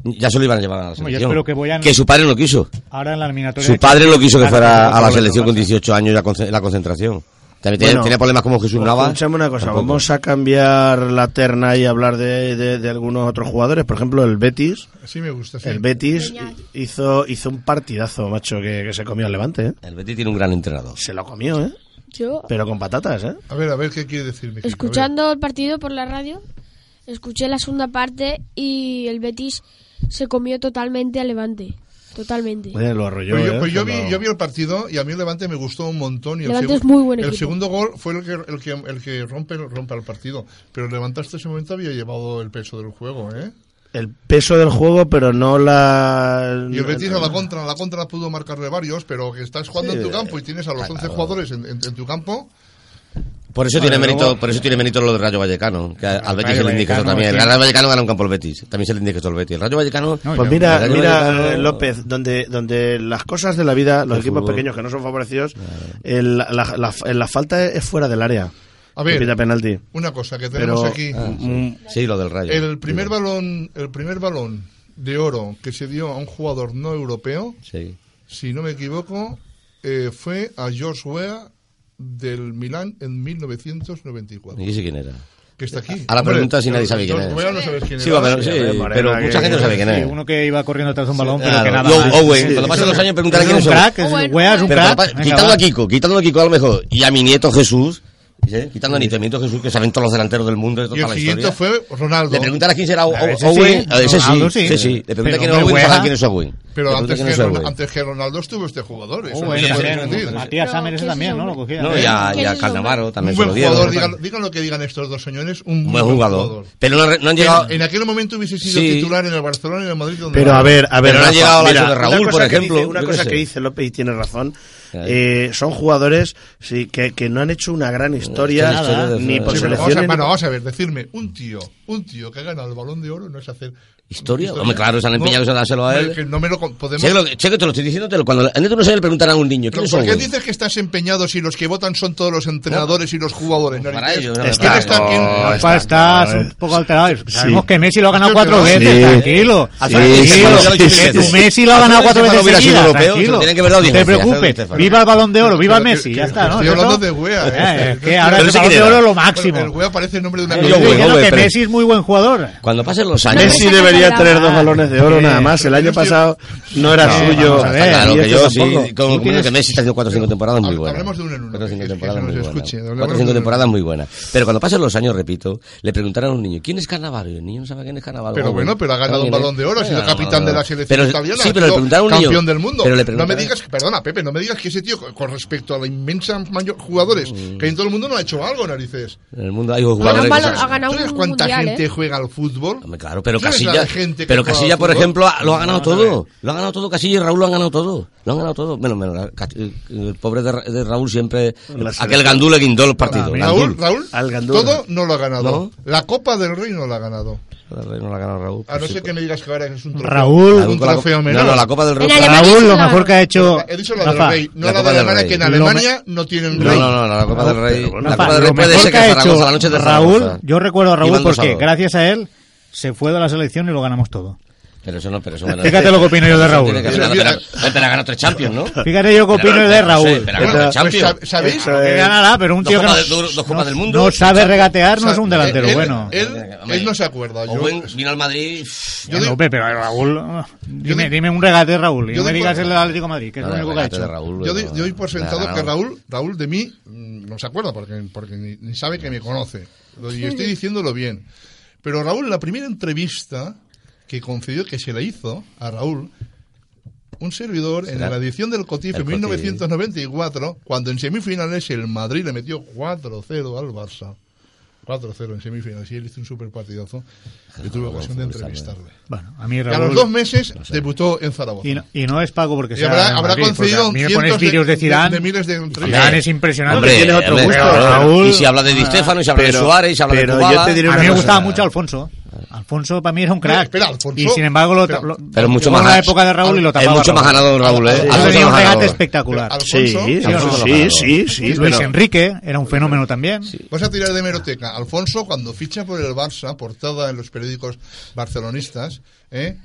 Speaker 2: ya se lo iban a llevar a la
Speaker 3: yo
Speaker 2: selección.
Speaker 3: espero que Boyan-
Speaker 2: su padre no quiso.
Speaker 3: Ahora en la eliminatoria.
Speaker 2: Su
Speaker 3: de-
Speaker 2: padre no quiso que
Speaker 3: Claro,
Speaker 2: fuera
Speaker 3: no,
Speaker 2: a la
Speaker 3: no,
Speaker 2: selección
Speaker 3: no,
Speaker 2: con
Speaker 3: no.
Speaker 2: 18 años la conce- la concentración. También tenía,
Speaker 4: Bueno,
Speaker 2: tenía problemas como
Speaker 3: pues
Speaker 2: Jesús Nava.
Speaker 4: Escuchame una cosa,
Speaker 2: Tampoco.
Speaker 4: vamos a cambiar la terna y hablar de, de- de algunos otros jugadores. Por ejemplo, el Betis.
Speaker 1: Sí, me gusta. sí.
Speaker 4: El Betis
Speaker 5: Peña.
Speaker 4: hizo, hizo un partidazo, macho, que, que se comió al Levante, ¿eh?
Speaker 2: El Betis tiene un gran entrenador.
Speaker 4: Se lo comió, ¿eh?
Speaker 5: Yo,
Speaker 4: Pero con patatas, ¿eh?
Speaker 1: A ver, a ver qué quiere decir Miguel, a ver.
Speaker 5: escuchando el partido por la radio, escuché la segunda parte y el Betis se comió totalmente a Levante. Totalmente.
Speaker 4: Oye, lo arrolló,
Speaker 1: Pues yo,
Speaker 4: ¿eh?
Speaker 1: pues yo vi,
Speaker 4: Cuando-
Speaker 1: yo vi el partido y a mí el Levante me gustó un montón. Y el,
Speaker 5: Levante es
Speaker 1: segun-
Speaker 5: muy buen
Speaker 1: el
Speaker 5: equipo.
Speaker 1: segundo gol fue el que, el que, el que rompe, rompe el partido. Pero el Levante hasta ese momento había llevado el peso del juego. ¿eh?
Speaker 4: El peso del juego, pero no la...
Speaker 1: Y el Betis a la contra, a la contra pudo marcarle varios, pero que estás jugando en tu campo y tienes a los 11 jugadores en, en- en tu campo.
Speaker 2: Por
Speaker 3: Ah,
Speaker 2: eso, tiene mérito, por eso tiene mérito lo del Rayo Vallecano. Que a- al Betis se le indica eso
Speaker 3: Vallecano,
Speaker 2: también. El
Speaker 3: sí.
Speaker 2: Rayo Vallecano gana un campo al Betis. También se le indica eso al Betis. El Rayo Vallecano.
Speaker 3: No,
Speaker 4: Pues
Speaker 3: yo-
Speaker 4: mira,
Speaker 2: Yo-
Speaker 4: mira
Speaker 2: yo-
Speaker 4: eh, López, donde, donde las cosas de la vida, los
Speaker 2: El
Speaker 4: equipos
Speaker 2: fútbol.
Speaker 4: pequeños que no son favorecidos, el- la, la- la- la falta es fuera del área.
Speaker 1: A
Speaker 4: que pita
Speaker 1: ver,
Speaker 4: penalti.
Speaker 1: una cosa que tenemos
Speaker 4: Pero
Speaker 1: aquí.
Speaker 4: mm,
Speaker 2: Sí, lo del Rayo.
Speaker 1: El primer balón, el primer balón de oro que se dio a un jugador no europeo,
Speaker 2: Sí.
Speaker 1: si no me equivoco, eh, fue a George Weah del Milán en 1994.
Speaker 2: Ni que sé quién era.
Speaker 1: Que está aquí.
Speaker 2: A la
Speaker 1: Hombre,
Speaker 2: pregunta si nadie
Speaker 1: pero
Speaker 2: sabe quién
Speaker 1: George
Speaker 2: es.
Speaker 1: Weah no sabes quién
Speaker 2: Sí,
Speaker 1: era.
Speaker 2: pero, sí,
Speaker 4: Sí, a ver,
Speaker 2: pero
Speaker 4: Morena,
Speaker 2: mucha
Speaker 4: que-
Speaker 2: gente no sabe quién
Speaker 3: Sí,
Speaker 2: es.
Speaker 3: uno que iba corriendo atrás de un balón, pero que
Speaker 2: Claro, oh, Joe
Speaker 3: nada más.
Speaker 2: Owen,
Speaker 3: Sí.
Speaker 2: cuando pasen los años
Speaker 3: Pero
Speaker 2: preguntarán
Speaker 3: es un
Speaker 2: quiénes son.
Speaker 3: crack, es
Speaker 5: Owen,
Speaker 3: un weas, un
Speaker 2: Pero
Speaker 3: crack.
Speaker 2: capaz-
Speaker 3: Venga,
Speaker 2: quitando
Speaker 3: va.
Speaker 2: a Kiko, quitando a Kiko a lo mejor, y a mi nieto Jesús, ¿sí? quitando a Nito, a mi nieto Jesús, que saben todos los delanteros del mundo de
Speaker 1: Y
Speaker 2: toda
Speaker 1: el
Speaker 2: la
Speaker 1: siguiente
Speaker 2: historia.
Speaker 1: fue Ronaldo.
Speaker 2: Le preguntan a quién será
Speaker 3: A
Speaker 2: Owen.
Speaker 3: ese sí,
Speaker 2: a ese sí,
Speaker 3: Ronaldo sí.
Speaker 2: sí, sí. Le
Speaker 3: Pero
Speaker 2: preguntan quién es
Speaker 3: hombre,
Speaker 2: Owen, saben
Speaker 3: Weah.
Speaker 2: quién es Owen. Le
Speaker 1: Pero
Speaker 2: preguntan
Speaker 1: antes
Speaker 2: quién
Speaker 1: que,
Speaker 2: es
Speaker 1: Ron-
Speaker 2: Owen.
Speaker 1: antes que Ronaldo estuvo este jugador. Eso no
Speaker 3: Owen
Speaker 1: se puede
Speaker 3: también,
Speaker 1: discutir.
Speaker 3: Oh, Matías
Speaker 5: No,
Speaker 3: Sammer ese
Speaker 5: que
Speaker 3: también,
Speaker 5: sí,
Speaker 3: ¿no? Lo
Speaker 5: hombre.
Speaker 3: cogía.
Speaker 2: No,
Speaker 3: Sí.
Speaker 2: y a, y
Speaker 5: ¿Quién
Speaker 2: a
Speaker 5: es Owen?
Speaker 2: Cannavaro
Speaker 1: Un
Speaker 2: también se
Speaker 1: buen
Speaker 2: lo dieron.
Speaker 1: jugador, digan, digan lo que digan estos dos señores, un
Speaker 2: Un buen jugador. Pero no, no han llegado.
Speaker 1: En, en aquel momento hubiese sido
Speaker 2: Sí.
Speaker 1: titular en el Barcelona y en el Madrid. donde
Speaker 4: Pero
Speaker 1: va.
Speaker 4: a ver, a ver.
Speaker 2: Pero no ha
Speaker 4: Rafa,
Speaker 2: llegado la ayuda
Speaker 4: mira,
Speaker 2: de
Speaker 4: una
Speaker 2: Raúl,
Speaker 4: cosa
Speaker 2: por
Speaker 4: que
Speaker 2: ejemplo,
Speaker 4: dice- una
Speaker 2: yo qué
Speaker 4: cosa
Speaker 2: sé.
Speaker 4: que dice López y tiene razón.
Speaker 2: Claro.
Speaker 4: eh, son jugadores sí, que, que no han hecho una gran historia,
Speaker 2: Nada. historia de-
Speaker 4: ni por
Speaker 1: Sí, pero vamos, a,
Speaker 4: selecciones.
Speaker 1: bueno, vamos a ver, decirme, un tío, un tío que ha ganado el balón de oro no es hacer.
Speaker 2: ¿Historia? Hombre, claro, se han empeñado eso, dárselo a él.
Speaker 1: Que no me lo con- podemos.
Speaker 2: Sé, lo que- sé que te lo estoy diciendo, te lo- cuando en otro no se le preguntarán a un niño,
Speaker 1: Pero
Speaker 2: ¿quién es
Speaker 1: ¿Por qué
Speaker 2: Owen?
Speaker 1: dices que estás empeñado si los que votan son todos los entrenadores y los jugadores?
Speaker 2: Pues Para
Speaker 1: narices?
Speaker 2: ellos, no,
Speaker 1: ¿Quién
Speaker 2: para-
Speaker 1: está quién?
Speaker 4: no,
Speaker 3: Rafa, estás un poco alterado. Sabemos que Messi lo ha ganado
Speaker 1: Yo
Speaker 3: cuatro
Speaker 1: creo que
Speaker 3: veces,
Speaker 4: sí.
Speaker 3: tranquilo.
Speaker 2: Al
Speaker 3: Tranquilo.
Speaker 2: final, sí, sí,
Speaker 3: Que
Speaker 2: sí,
Speaker 3: tu
Speaker 2: sí.
Speaker 3: Messi lo ha ganado cuatro
Speaker 2: Cuando
Speaker 3: veces
Speaker 2: hubiera sido
Speaker 3: seguidas,
Speaker 2: europeo, se lo
Speaker 3: tranquilo.
Speaker 2: tienen que haber dado
Speaker 3: No
Speaker 2: diez
Speaker 3: te
Speaker 2: veces, hacer
Speaker 3: preocupes.
Speaker 2: veces,
Speaker 3: Viva el Balón de Oro, viva
Speaker 1: Pero que-
Speaker 3: Messi,
Speaker 1: que-
Speaker 3: ya está, ¿no?
Speaker 1: Estoy
Speaker 3: ¿Cierto?
Speaker 1: hablando de wea.
Speaker 3: Eh,
Speaker 1: ¿eh?
Speaker 3: es que ahora
Speaker 2: Pero
Speaker 3: el
Speaker 2: ese
Speaker 3: Balón de
Speaker 2: quién era.
Speaker 3: Oro es lo
Speaker 1: Bueno, el
Speaker 3: máximo.
Speaker 1: wea parece el nombre de una
Speaker 2: Yo
Speaker 3: Yo
Speaker 1: película.
Speaker 2: Owen,
Speaker 3: creo
Speaker 2: Owen,
Speaker 3: que
Speaker 2: pero-
Speaker 3: Messi es muy buen jugador.
Speaker 2: Cuando pasen los años.
Speaker 4: Messi debería tener dos balones de oro
Speaker 3: Sí.
Speaker 4: nada más. El año pasado no era
Speaker 2: No,
Speaker 4: suyo.
Speaker 2: vamos a ver,
Speaker 4: Y
Speaker 2: claro
Speaker 4: este
Speaker 2: que yo sí,
Speaker 4: tampoco.
Speaker 2: como- como
Speaker 3: tienes-
Speaker 2: que Messi está haciendo 4 o 5 temporadas muy
Speaker 1: Hable-
Speaker 2: buenas.
Speaker 1: hablemos de uno en uno,
Speaker 2: 4 o 5
Speaker 1: que- que
Speaker 2: temporadas
Speaker 1: no
Speaker 2: muy
Speaker 1: se
Speaker 2: buenas.
Speaker 1: escuche, hablemos
Speaker 2: 4 o
Speaker 1: de uno
Speaker 2: 5
Speaker 1: en
Speaker 2: temporadas muy buenas. Pero cuando pasen los años, repito, le preguntaron a un niño, ¿quién es Cannavaro? Y el niño no sabe quién es Cannavaro.
Speaker 1: Pero
Speaker 2: Ah,
Speaker 1: bueno, pero ha ganado un
Speaker 2: ¿quién es?
Speaker 1: balón de oro, ha sido
Speaker 2: Ah,
Speaker 1: capitán de la selección
Speaker 2: pero-
Speaker 1: italiana,
Speaker 2: Sí,
Speaker 1: ha
Speaker 2: pero le
Speaker 1: sido
Speaker 2: preguntaron a un niño.
Speaker 1: campeón del mundo.
Speaker 2: pero le
Speaker 1: no me
Speaker 2: preguntaron-
Speaker 1: digas, perdona, Pepe, no me digas que ese tío, con- con respecto a la inmensa mayor jugadores
Speaker 2: Mm.
Speaker 1: que hay en todo el mundo, no ha hecho algo, narices.
Speaker 2: En el mundo hay jugadores
Speaker 5: Ganó un
Speaker 2: que
Speaker 5: balón-
Speaker 2: saben-
Speaker 5: ha ganado
Speaker 1: ¿Tú sabes
Speaker 5: un
Speaker 1: cuánta
Speaker 5: mundial,
Speaker 1: gente
Speaker 5: ¿eh?
Speaker 1: juega al fútbol?
Speaker 2: pues, Hombre, claro, pero
Speaker 1: ¿Sabes la
Speaker 2: Casilla,
Speaker 1: gente que
Speaker 2: pero
Speaker 1: juega
Speaker 2: Casilla,
Speaker 1: al
Speaker 2: por
Speaker 1: fútbol?
Speaker 2: ejemplo, ha- lo ha ganado todo. Lo ha ganado todo Casilla y Raúl lo han ganado todo. Lo han ganado todo. Bueno, menos la- Ca- eh, el pobre de, Ra- de Raúl siempre
Speaker 4: La
Speaker 2: aquel gandul le guindó los partidos.
Speaker 1: Raúl,
Speaker 2: Pues Gandul.
Speaker 1: Raúl,
Speaker 4: Al Gandula.
Speaker 1: todo no lo ha ganado. La Copa del Rey no la ha ganado.
Speaker 2: No la ha ganado Raúl.
Speaker 1: A no
Speaker 2: Sí,
Speaker 1: ser que me digas que ahora es un trofeo.
Speaker 3: Raúl.
Speaker 2: Raúl
Speaker 1: un
Speaker 2: con la co-
Speaker 1: trofeo menor.
Speaker 2: No, no, la Copa del Rey.
Speaker 5: En Alemania
Speaker 3: Raúl,
Speaker 5: sí
Speaker 3: lo
Speaker 5: la
Speaker 3: mejor
Speaker 5: ganó.
Speaker 3: que ha hecho.
Speaker 1: He dicho la
Speaker 3: Rafa,
Speaker 1: del Rey, no
Speaker 2: la
Speaker 1: la,
Speaker 2: Copa
Speaker 1: de
Speaker 2: del
Speaker 1: Alemania,
Speaker 2: Rey.
Speaker 1: que en
Speaker 2: Lo
Speaker 1: Alemania no tienen
Speaker 2: No,
Speaker 1: rey.
Speaker 2: no, no, no, la Copa del Rey.
Speaker 4: pero
Speaker 2: La
Speaker 3: Rafa,
Speaker 2: Copa del Rey
Speaker 3: lo
Speaker 2: puede
Speaker 3: mejor
Speaker 2: ser
Speaker 3: que
Speaker 2: que
Speaker 3: ha
Speaker 2: Zaragoza,
Speaker 3: hecho
Speaker 2: la noche de
Speaker 3: Raúl,
Speaker 2: Zaragoza.
Speaker 3: yo recuerdo a Raúl
Speaker 2: Iban dos a
Speaker 3: porque
Speaker 2: dos.
Speaker 3: gracias a él se fue de la selección y lo ganamos todo.
Speaker 2: Pero eso no, pero eso bueno,
Speaker 3: Fíjate lo que opino yo de
Speaker 2: eso
Speaker 3: Raúl.
Speaker 2: tiene que ser- Pero pero te la ganó tres Champions, ¿no?
Speaker 3: Fíjate yo qué opino
Speaker 2: Pero-
Speaker 3: de
Speaker 2: pero-
Speaker 3: Raúl.
Speaker 2: sí, Pero ha ganado tres
Speaker 1: Pues,
Speaker 2: Champions.
Speaker 1: ¿sab- ¿Sabéis?
Speaker 4: Eso
Speaker 3: Que ganará, pero un
Speaker 2: Dos
Speaker 3: tío que no,
Speaker 2: copas del- dos copas del mundo.
Speaker 3: no sabe regatear, no es
Speaker 1: Sa-
Speaker 3: un delantero
Speaker 1: él-
Speaker 3: bueno.
Speaker 1: Él,
Speaker 2: Hombre,
Speaker 1: él no se acuerda. Yo,
Speaker 2: Owen vino al Madrid.
Speaker 1: yo
Speaker 3: Ya,
Speaker 1: digo-
Speaker 3: no, Pepe, pero Raúl, ah, dime,
Speaker 1: digo-
Speaker 3: dime un regate de Raúl. Y
Speaker 1: yo
Speaker 3: no me
Speaker 1: digo-
Speaker 3: digas el del Atlético de Madrid, que es lo único que ha hecho.
Speaker 1: yo doy, yo doy por sentado que Raúl, Raúl de mí mm, no se acuerda porque, porque ni, ni sabe que me conoce. Lo- Y estoy diciéndolo bien. Pero Raúl, la primera entrevista que concedió, que se le hizo a Raúl, un servidor en
Speaker 2: Será-
Speaker 1: la edición del Cotif
Speaker 2: el
Speaker 1: en
Speaker 2: Cotif.
Speaker 1: 1994, cuando en semifinales el Madrid le metió 4-0 al Barça. 4-0 en semifinales y él hizo un super partidazo. Yo tuve ocasión de entrevistarle.
Speaker 3: Bueno, a mí
Speaker 1: Y a
Speaker 3: Raúl...
Speaker 1: los dos meses
Speaker 2: Ah, No sé.
Speaker 1: debutó en Zaragoza.
Speaker 3: Y no, y no es pago porque
Speaker 1: Y
Speaker 3: sea
Speaker 1: habrá,
Speaker 3: del
Speaker 1: habrá
Speaker 3: Madrid, porque
Speaker 1: concedido
Speaker 3: a mí me
Speaker 1: cientos
Speaker 3: pones vídeos de Zidane,
Speaker 1: de miles de entrevistas.
Speaker 3: Zidane es impresionante.
Speaker 2: Hombre,
Speaker 4: tienes otro
Speaker 2: hombre,
Speaker 4: gusto,
Speaker 2: claro.
Speaker 4: Raúl.
Speaker 2: Y si habla de Di Stéfano, y se habla
Speaker 4: Pero-
Speaker 2: de Suárez, y se habla
Speaker 4: pero
Speaker 2: de
Speaker 4: yo
Speaker 2: Kubala,
Speaker 4: te diré
Speaker 3: a
Speaker 4: una
Speaker 3: mí me
Speaker 4: cosa.
Speaker 3: gustaba mucho Alfonso. Alfonso para mí era un crack.
Speaker 1: Espera, Alfonso.
Speaker 3: y sin embargo, lo,
Speaker 1: Espera.
Speaker 3: lo-
Speaker 2: Pero mucho
Speaker 3: llegó
Speaker 2: más
Speaker 3: la
Speaker 2: ganado.
Speaker 3: época de Raúl y lo
Speaker 2: es
Speaker 3: tapaba.
Speaker 2: mucho más
Speaker 3: Raúl.
Speaker 2: ganador Raúl, ¿eh?
Speaker 3: Yo
Speaker 2: Alfonso
Speaker 3: tenía un
Speaker 2: más
Speaker 3: regate
Speaker 2: ganador.
Speaker 3: espectacular.
Speaker 1: Alfonso,
Speaker 4: Sí, sí,
Speaker 2: Alfonso
Speaker 4: sí,
Speaker 2: Salvador.
Speaker 4: sí, sí,
Speaker 3: Luis
Speaker 4: pero-
Speaker 3: Enrique era un fenómeno también.
Speaker 1: Vas a tirar de hemeroteca. Alfonso, cuando ficha por el Barça, portada en los periódicos barcelonistas, ¿eh?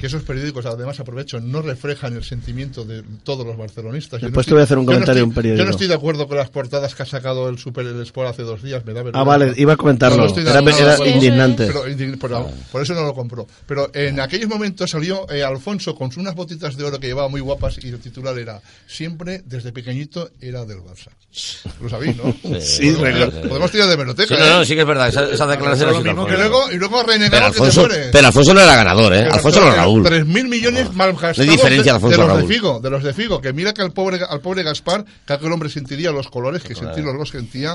Speaker 1: que esos periódicos, además aprovecho, no reflejan el sentimiento de todos los barcelonistas. Yo
Speaker 4: Después
Speaker 1: no
Speaker 4: te voy a hacer un
Speaker 1: yo no
Speaker 4: comentario
Speaker 1: estoy-
Speaker 4: de un periódico.
Speaker 1: Yo no estoy de acuerdo con las portadas que ha sacado el Super El Sport hace dos días. Me da vergüenza.
Speaker 4: Ah, vale, iba
Speaker 1: No, no
Speaker 4: a comentarlo.
Speaker 1: estoy de
Speaker 4: Era,
Speaker 1: acuerdo.
Speaker 4: era
Speaker 5: Sí, sí.
Speaker 4: indignante. Ah.
Speaker 1: Pero, indi- por, por eso no lo compró. Pero en aquellos momentos salió eh, Alfonso con unas botitas de oro que llevaba muy guapas y el titular era Siempre, desde pequeñito, era del Barça. Lo sabéis, ¿no?
Speaker 4: Sí,
Speaker 1: podemos,
Speaker 2: sí, sí.
Speaker 1: podemos tirar de meroteca.
Speaker 2: Sí, no, no,
Speaker 1: ¿eh?
Speaker 2: sí que es verdad. Esa, esa declaración
Speaker 1: Pero
Speaker 2: ha
Speaker 1: lo
Speaker 2: sido
Speaker 1: mismo que
Speaker 2: Alfonso.
Speaker 1: luego, y luego
Speaker 2: ¿eh? Pero
Speaker 1: renegaron que te
Speaker 2: Alfonso,
Speaker 1: mueres.
Speaker 2: pero Alfonso no era ganador, ¿eh? Alfonso no era Raúl.
Speaker 1: 3.000 millones mal gastados
Speaker 2: No hay diferencia,
Speaker 1: de-
Speaker 2: Alfonso,
Speaker 1: de los
Speaker 2: Raúl.
Speaker 1: de Figo, de los de Figo, que mira que al pobre, al pobre Gaspar, que aquel hombre sentiría los colores que sentí los dos que sentía.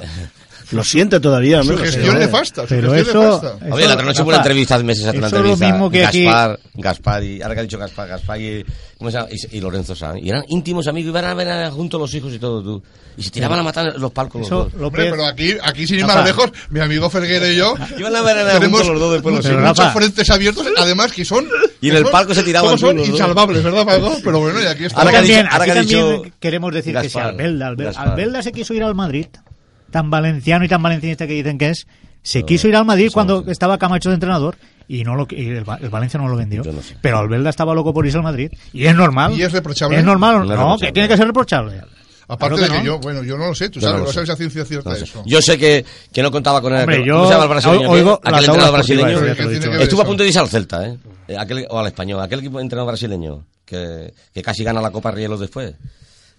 Speaker 4: Lo siente todavía,
Speaker 1: Su
Speaker 4: menos,
Speaker 1: gestión
Speaker 4: eh.
Speaker 1: nefasta, su
Speaker 3: Pero
Speaker 1: gestión
Speaker 3: eso,
Speaker 1: nefasta.
Speaker 3: eso-
Speaker 2: Oye, la otra noche hubo una
Speaker 3: Rafa,
Speaker 2: entrevista hace meses atrás, una
Speaker 3: eso es lo
Speaker 2: entrevista.
Speaker 3: mismo que aquí-
Speaker 2: Gaspar, Gaspar y ahora que ha dicho Gaspar, Gaspar y, ¿cómo se llama? y, y Lorenzo Sanz. Y eran íntimos amigos, iban a ver a- juntos los hijos y todo, tú. Y se tiraban a matar los palcos los
Speaker 3: Eso,
Speaker 2: dos.
Speaker 1: Hombre,
Speaker 3: López,
Speaker 1: pero aquí, aquí sin ir más
Speaker 3: Rafa.
Speaker 1: lejos, mi amigo Ferguera y yo
Speaker 2: Iban a ver a
Speaker 1: tenemos
Speaker 2: juntos los dos después los
Speaker 1: muchos,
Speaker 3: Pero,
Speaker 2: hijos.
Speaker 3: Rafa.
Speaker 1: frentes abiertos, además que son...
Speaker 2: Y en
Speaker 1: que
Speaker 2: el
Speaker 1: son-
Speaker 2: palco se tiraban
Speaker 1: todos son
Speaker 2: los dos.
Speaker 1: insalvables, ¿verdad, Paco? Pero bueno, y aquí está.
Speaker 2: Ahora que ha
Speaker 3: también,
Speaker 2: dicho- ahora
Speaker 3: aquí
Speaker 2: que ha
Speaker 3: también
Speaker 2: dicho
Speaker 3: queremos decir que si
Speaker 2: Gaspar,
Speaker 3: Albelda, Albelda,
Speaker 2: Gaspar.
Speaker 3: Albelda se quiso ir al Madrid, tan valenciano y tan valencianista que dicen que es, se quiso ir al Madrid cuando estaba Camacho de entrenador y no lo y el, Va- el Valencia no lo vendió.
Speaker 2: Yo no sé.
Speaker 3: Pero Albelda estaba loco por irse al Madrid y es normal.
Speaker 1: ¿Y es reprochable?
Speaker 3: Es normal,
Speaker 2: No
Speaker 3: no,
Speaker 2: es
Speaker 3: que
Speaker 2: reprochable.
Speaker 3: tiene que ser reprochable.
Speaker 1: Aparte
Speaker 3: Claro que
Speaker 1: de que
Speaker 3: no.
Speaker 1: yo, bueno, yo no lo sé, tú
Speaker 2: Yo
Speaker 1: sabes,
Speaker 2: no lo
Speaker 1: lo
Speaker 2: sé.
Speaker 1: sabes a ciencia cierta
Speaker 2: No sé.
Speaker 1: eso.
Speaker 2: Yo sé que, que no contaba con el.
Speaker 3: Hombre, yo
Speaker 2: ¿Cómo se llama el brasileño?
Speaker 3: oigo
Speaker 2: aquel
Speaker 3: la
Speaker 2: aquel
Speaker 3: tabla
Speaker 2: entrenador
Speaker 3: deportiva,
Speaker 2: brasileño.
Speaker 3: eso ya te lo he dicho.
Speaker 2: Estuvo a
Speaker 1: Eso.
Speaker 2: punto de irse al Celta, ¿eh? Eh, Aquel, o al español, aquel equipo entrenador brasileño que, que casi gana la Copa Rielo después.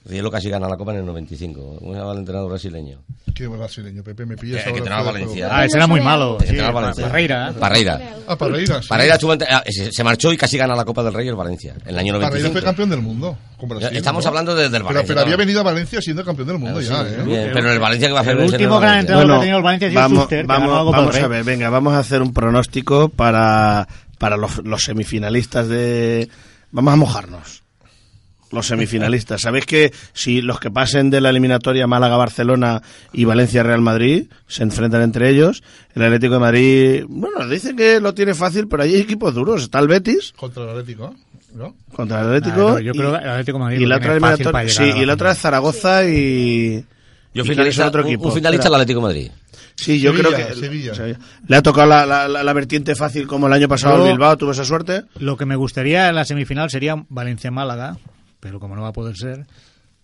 Speaker 2: Rielo casi gana la Copa en el 95. ¿Cómo se llama el entrenador brasileño?
Speaker 1: Qué brasileño, Pepe, me
Speaker 2: Que-
Speaker 1: pillas
Speaker 2: Eh, que
Speaker 1: ahora
Speaker 2: entrenaba
Speaker 1: fuera de
Speaker 2: Valencia.
Speaker 1: juego.
Speaker 3: Ah, ese era muy
Speaker 5: no
Speaker 3: malo.
Speaker 2: El
Speaker 3: Sí, ¿eh?
Speaker 2: entrenador valenciano.
Speaker 3: Barreira.
Speaker 2: Parreira.
Speaker 1: Ah,
Speaker 2: (laughs)
Speaker 1: Parreira, sí.
Speaker 2: Parreira estuvo ante- ah, se se marchó y casi gana la Copa del Rey el Valencia en el año
Speaker 1: Parreira fue
Speaker 2: 95.
Speaker 1: campeón del mundo con Brasil,
Speaker 2: Estamos
Speaker 1: ¿no?
Speaker 2: hablando desde el
Speaker 1: Pero,
Speaker 2: Valencia.
Speaker 1: pero había
Speaker 2: ¿no?
Speaker 1: venido a Valencia siendo campeón del mundo
Speaker 2: Sí,
Speaker 1: ya, ¿eh?
Speaker 2: bien, Pero el Valencia que va a hacer
Speaker 3: El
Speaker 2: ese
Speaker 3: último
Speaker 2: no lo
Speaker 3: gran
Speaker 2: vence.
Speaker 3: entrenador- Todo lo que ha tenido el Valencia ha sido
Speaker 4: vamos,
Speaker 3: Schuster, que
Speaker 4: vamos-
Speaker 3: ganó algo para
Speaker 4: vamos
Speaker 3: el
Speaker 4: a
Speaker 3: Rey.
Speaker 4: ver, venga, vamos a hacer un pronóstico para, para los, los semifinalistas de... Vamos a mojarnos. Los semifinalistas. Sabéis que si los que pasen de la eliminatoria Málaga-Barcelona y Valencia-Real Madrid se enfrentan entre ellos, el Atlético de Madrid, bueno, dice que lo tiene fácil, pero hay equipos duros. Está el Betis
Speaker 1: Contra el Atlético, ¿no?
Speaker 4: contra el Atlético.
Speaker 3: Ah, no, yo creo que el Atlético de Madrid
Speaker 4: y
Speaker 3: lo
Speaker 4: la
Speaker 3: tiene
Speaker 4: otra
Speaker 3: fácil para
Speaker 4: eliminatoria,
Speaker 3: llegar a
Speaker 4: sí,
Speaker 3: la
Speaker 4: y la otra
Speaker 3: final.
Speaker 4: es Zaragoza
Speaker 2: Yo
Speaker 4: y... ¿Y quién es
Speaker 2: finalista,
Speaker 4: el otro
Speaker 2: un-
Speaker 4: equipo?
Speaker 2: un finalista
Speaker 4: Espera.
Speaker 2: el Atlético de Madrid.
Speaker 4: Sí, yo
Speaker 1: Sevilla,
Speaker 4: creo que
Speaker 1: Sevilla.
Speaker 4: o sea, le ha tocado la, la- la- la vertiente fácil como el año pasado
Speaker 3: Yo-
Speaker 4: al Bilbao, tuvo esa suerte.
Speaker 3: Lo que me gustaría en la semifinal sería Valencia-Málaga, pero como no va a poder ser,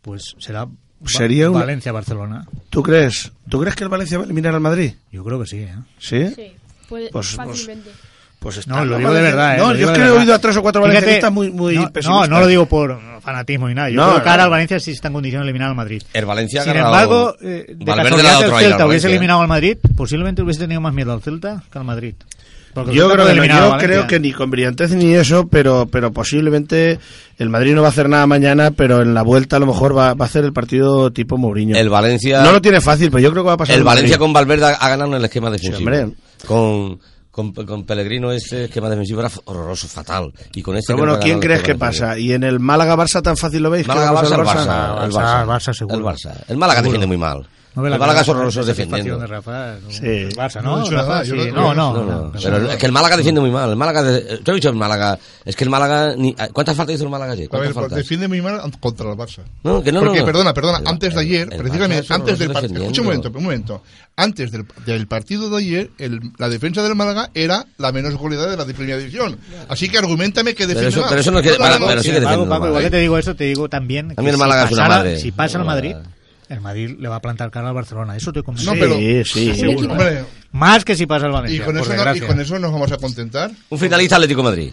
Speaker 3: pues será Va-
Speaker 4: Sería un-
Speaker 3: Valencia-Barcelona.
Speaker 4: ¿Tú crees? ¿Tú crees que el Valencia va a eliminar al Madrid?
Speaker 3: Yo creo que sí, ¿eh?
Speaker 4: ¿Sí?
Speaker 5: Sí, puede-
Speaker 4: Pues- pues-
Speaker 5: fácilmente.
Speaker 4: Pues está.
Speaker 3: No, lo
Speaker 4: la
Speaker 3: digo de
Speaker 4: Valencia-
Speaker 3: verdad. ¿eh?
Speaker 4: No,
Speaker 3: Lo
Speaker 4: yo
Speaker 3: digo
Speaker 4: es
Speaker 3: de
Speaker 4: que he
Speaker 3: verdad.
Speaker 4: oído a tres o cuatro
Speaker 3: Fíjate,
Speaker 4: valencianistas muy, muy
Speaker 3: no,
Speaker 4: pesimistas.
Speaker 3: No, no lo digo por fanatismo ni nada. Yo
Speaker 4: No,
Speaker 3: creo que ahora
Speaker 4: no.
Speaker 3: el Valencia sí está en condición de eliminar al Madrid.
Speaker 2: El Valencia ha
Speaker 3: Sin
Speaker 2: ganado-
Speaker 3: embargo, eh,
Speaker 2: Valverde
Speaker 3: de
Speaker 2: le ha
Speaker 3: casualidad
Speaker 2: dado otro aire
Speaker 3: el
Speaker 2: al
Speaker 3: Celta hubiese
Speaker 2: Valencia, ¿eh?
Speaker 3: eliminado al Madrid, posiblemente hubiese tenido más miedo al Celta que al Madrid. Porque el
Speaker 4: Yo
Speaker 3: Celta
Speaker 4: creo,
Speaker 3: puede
Speaker 4: que no,
Speaker 3: eliminar
Speaker 4: yo
Speaker 3: al Valencia.
Speaker 4: creo que ni con brillantez ni eso, pero, pero posiblemente el Madrid no va a hacer nada mañana, pero en la vuelta a lo mejor va, va a hacer el partido tipo Mourinho.
Speaker 2: El Valencia.
Speaker 4: no lo tiene fácil, pero yo creo que va a pasar.
Speaker 2: El Valencia
Speaker 4: Madrid.
Speaker 2: con Valverde ha ganado en el esquema defensivo.
Speaker 4: hombre.
Speaker 2: con, con, con Pellegrino ese esquema defensivo era horroroso, fatal. Y con este
Speaker 4: Pero
Speaker 2: creo
Speaker 4: bueno,
Speaker 2: ha
Speaker 4: ¿quién
Speaker 2: ganado el
Speaker 4: crees que
Speaker 2: esquema defensivo.
Speaker 4: pasa? ¿Y en el Málaga-Barça tan fácil lo veis? ¿Que
Speaker 2: Málaga,
Speaker 4: va
Speaker 2: Barça,
Speaker 4: a pasar
Speaker 2: el
Speaker 4: el
Speaker 2: Barça.
Speaker 3: Barça,
Speaker 2: El
Speaker 3: el Barça seguro.
Speaker 2: El Barça. El Málaga
Speaker 3: Seguro.
Speaker 2: defiende muy mal.
Speaker 3: No ve la
Speaker 2: el Málaga es
Speaker 3: cara-
Speaker 2: horroroso
Speaker 3: esa satisfacción
Speaker 2: defendiendo.
Speaker 3: de Rafa, no,
Speaker 4: Sí.
Speaker 3: el Barça, ¿no?
Speaker 1: No, yo nada,
Speaker 3: Rafa,
Speaker 1: yo
Speaker 3: sí.
Speaker 1: no creo
Speaker 3: no,
Speaker 1: que-
Speaker 3: no,
Speaker 2: No,
Speaker 3: no,
Speaker 2: no,
Speaker 3: no.
Speaker 2: pero es que el Málaga defiende muy mal. El Málaga, de- yo he dicho el Málaga, es que el Málaga, ni- ¿cuántas faltas hizo el Málaga ayer?
Speaker 1: A ver,
Speaker 2: ¿Cuántas
Speaker 1: pues
Speaker 2: faltas?
Speaker 1: defiende muy mal an- contra el Barça.
Speaker 2: No, que no,
Speaker 1: Porque,
Speaker 2: no.
Speaker 1: perdona, perdona,
Speaker 2: El-
Speaker 1: antes de
Speaker 2: el-
Speaker 1: ayer,
Speaker 2: el Barça es
Speaker 1: precisamente antes del
Speaker 2: horroroso
Speaker 1: partido. Escucha un
Speaker 2: defendiendo.
Speaker 1: momento, un momento. Antes del, del partido de ayer, el- la defensa del Málaga era la menos goleada de la primera división. Así que argumentame que defiende
Speaker 2: eso-
Speaker 1: mal.
Speaker 2: pero eso no quiere-
Speaker 1: no, no,
Speaker 2: pero
Speaker 1: no.
Speaker 2: sí
Speaker 3: Sin
Speaker 2: que
Speaker 3: embargo,
Speaker 2: defiende
Speaker 3: Paco,
Speaker 2: el
Speaker 3: igual
Speaker 2: Madrid.
Speaker 3: que te digo eso, te digo también que
Speaker 2: ¿eh? mí el Málaga es
Speaker 3: si
Speaker 2: una
Speaker 3: pasara-
Speaker 2: madre.
Speaker 3: si pasa el
Speaker 2: Una-
Speaker 3: Madrid, el Madrid le va a plantar cara al Barcelona. Eso te convence.
Speaker 1: No, pero-
Speaker 4: Sí, sí.
Speaker 5: Seguro.
Speaker 1: Hombre,
Speaker 3: Más que si pasa el
Speaker 1: y
Speaker 3: Valencia,
Speaker 1: con,
Speaker 3: por
Speaker 1: eso no- y
Speaker 3: desgracia.
Speaker 1: con eso nos vamos a contentar.
Speaker 2: Un finalista Atlético de Madrid.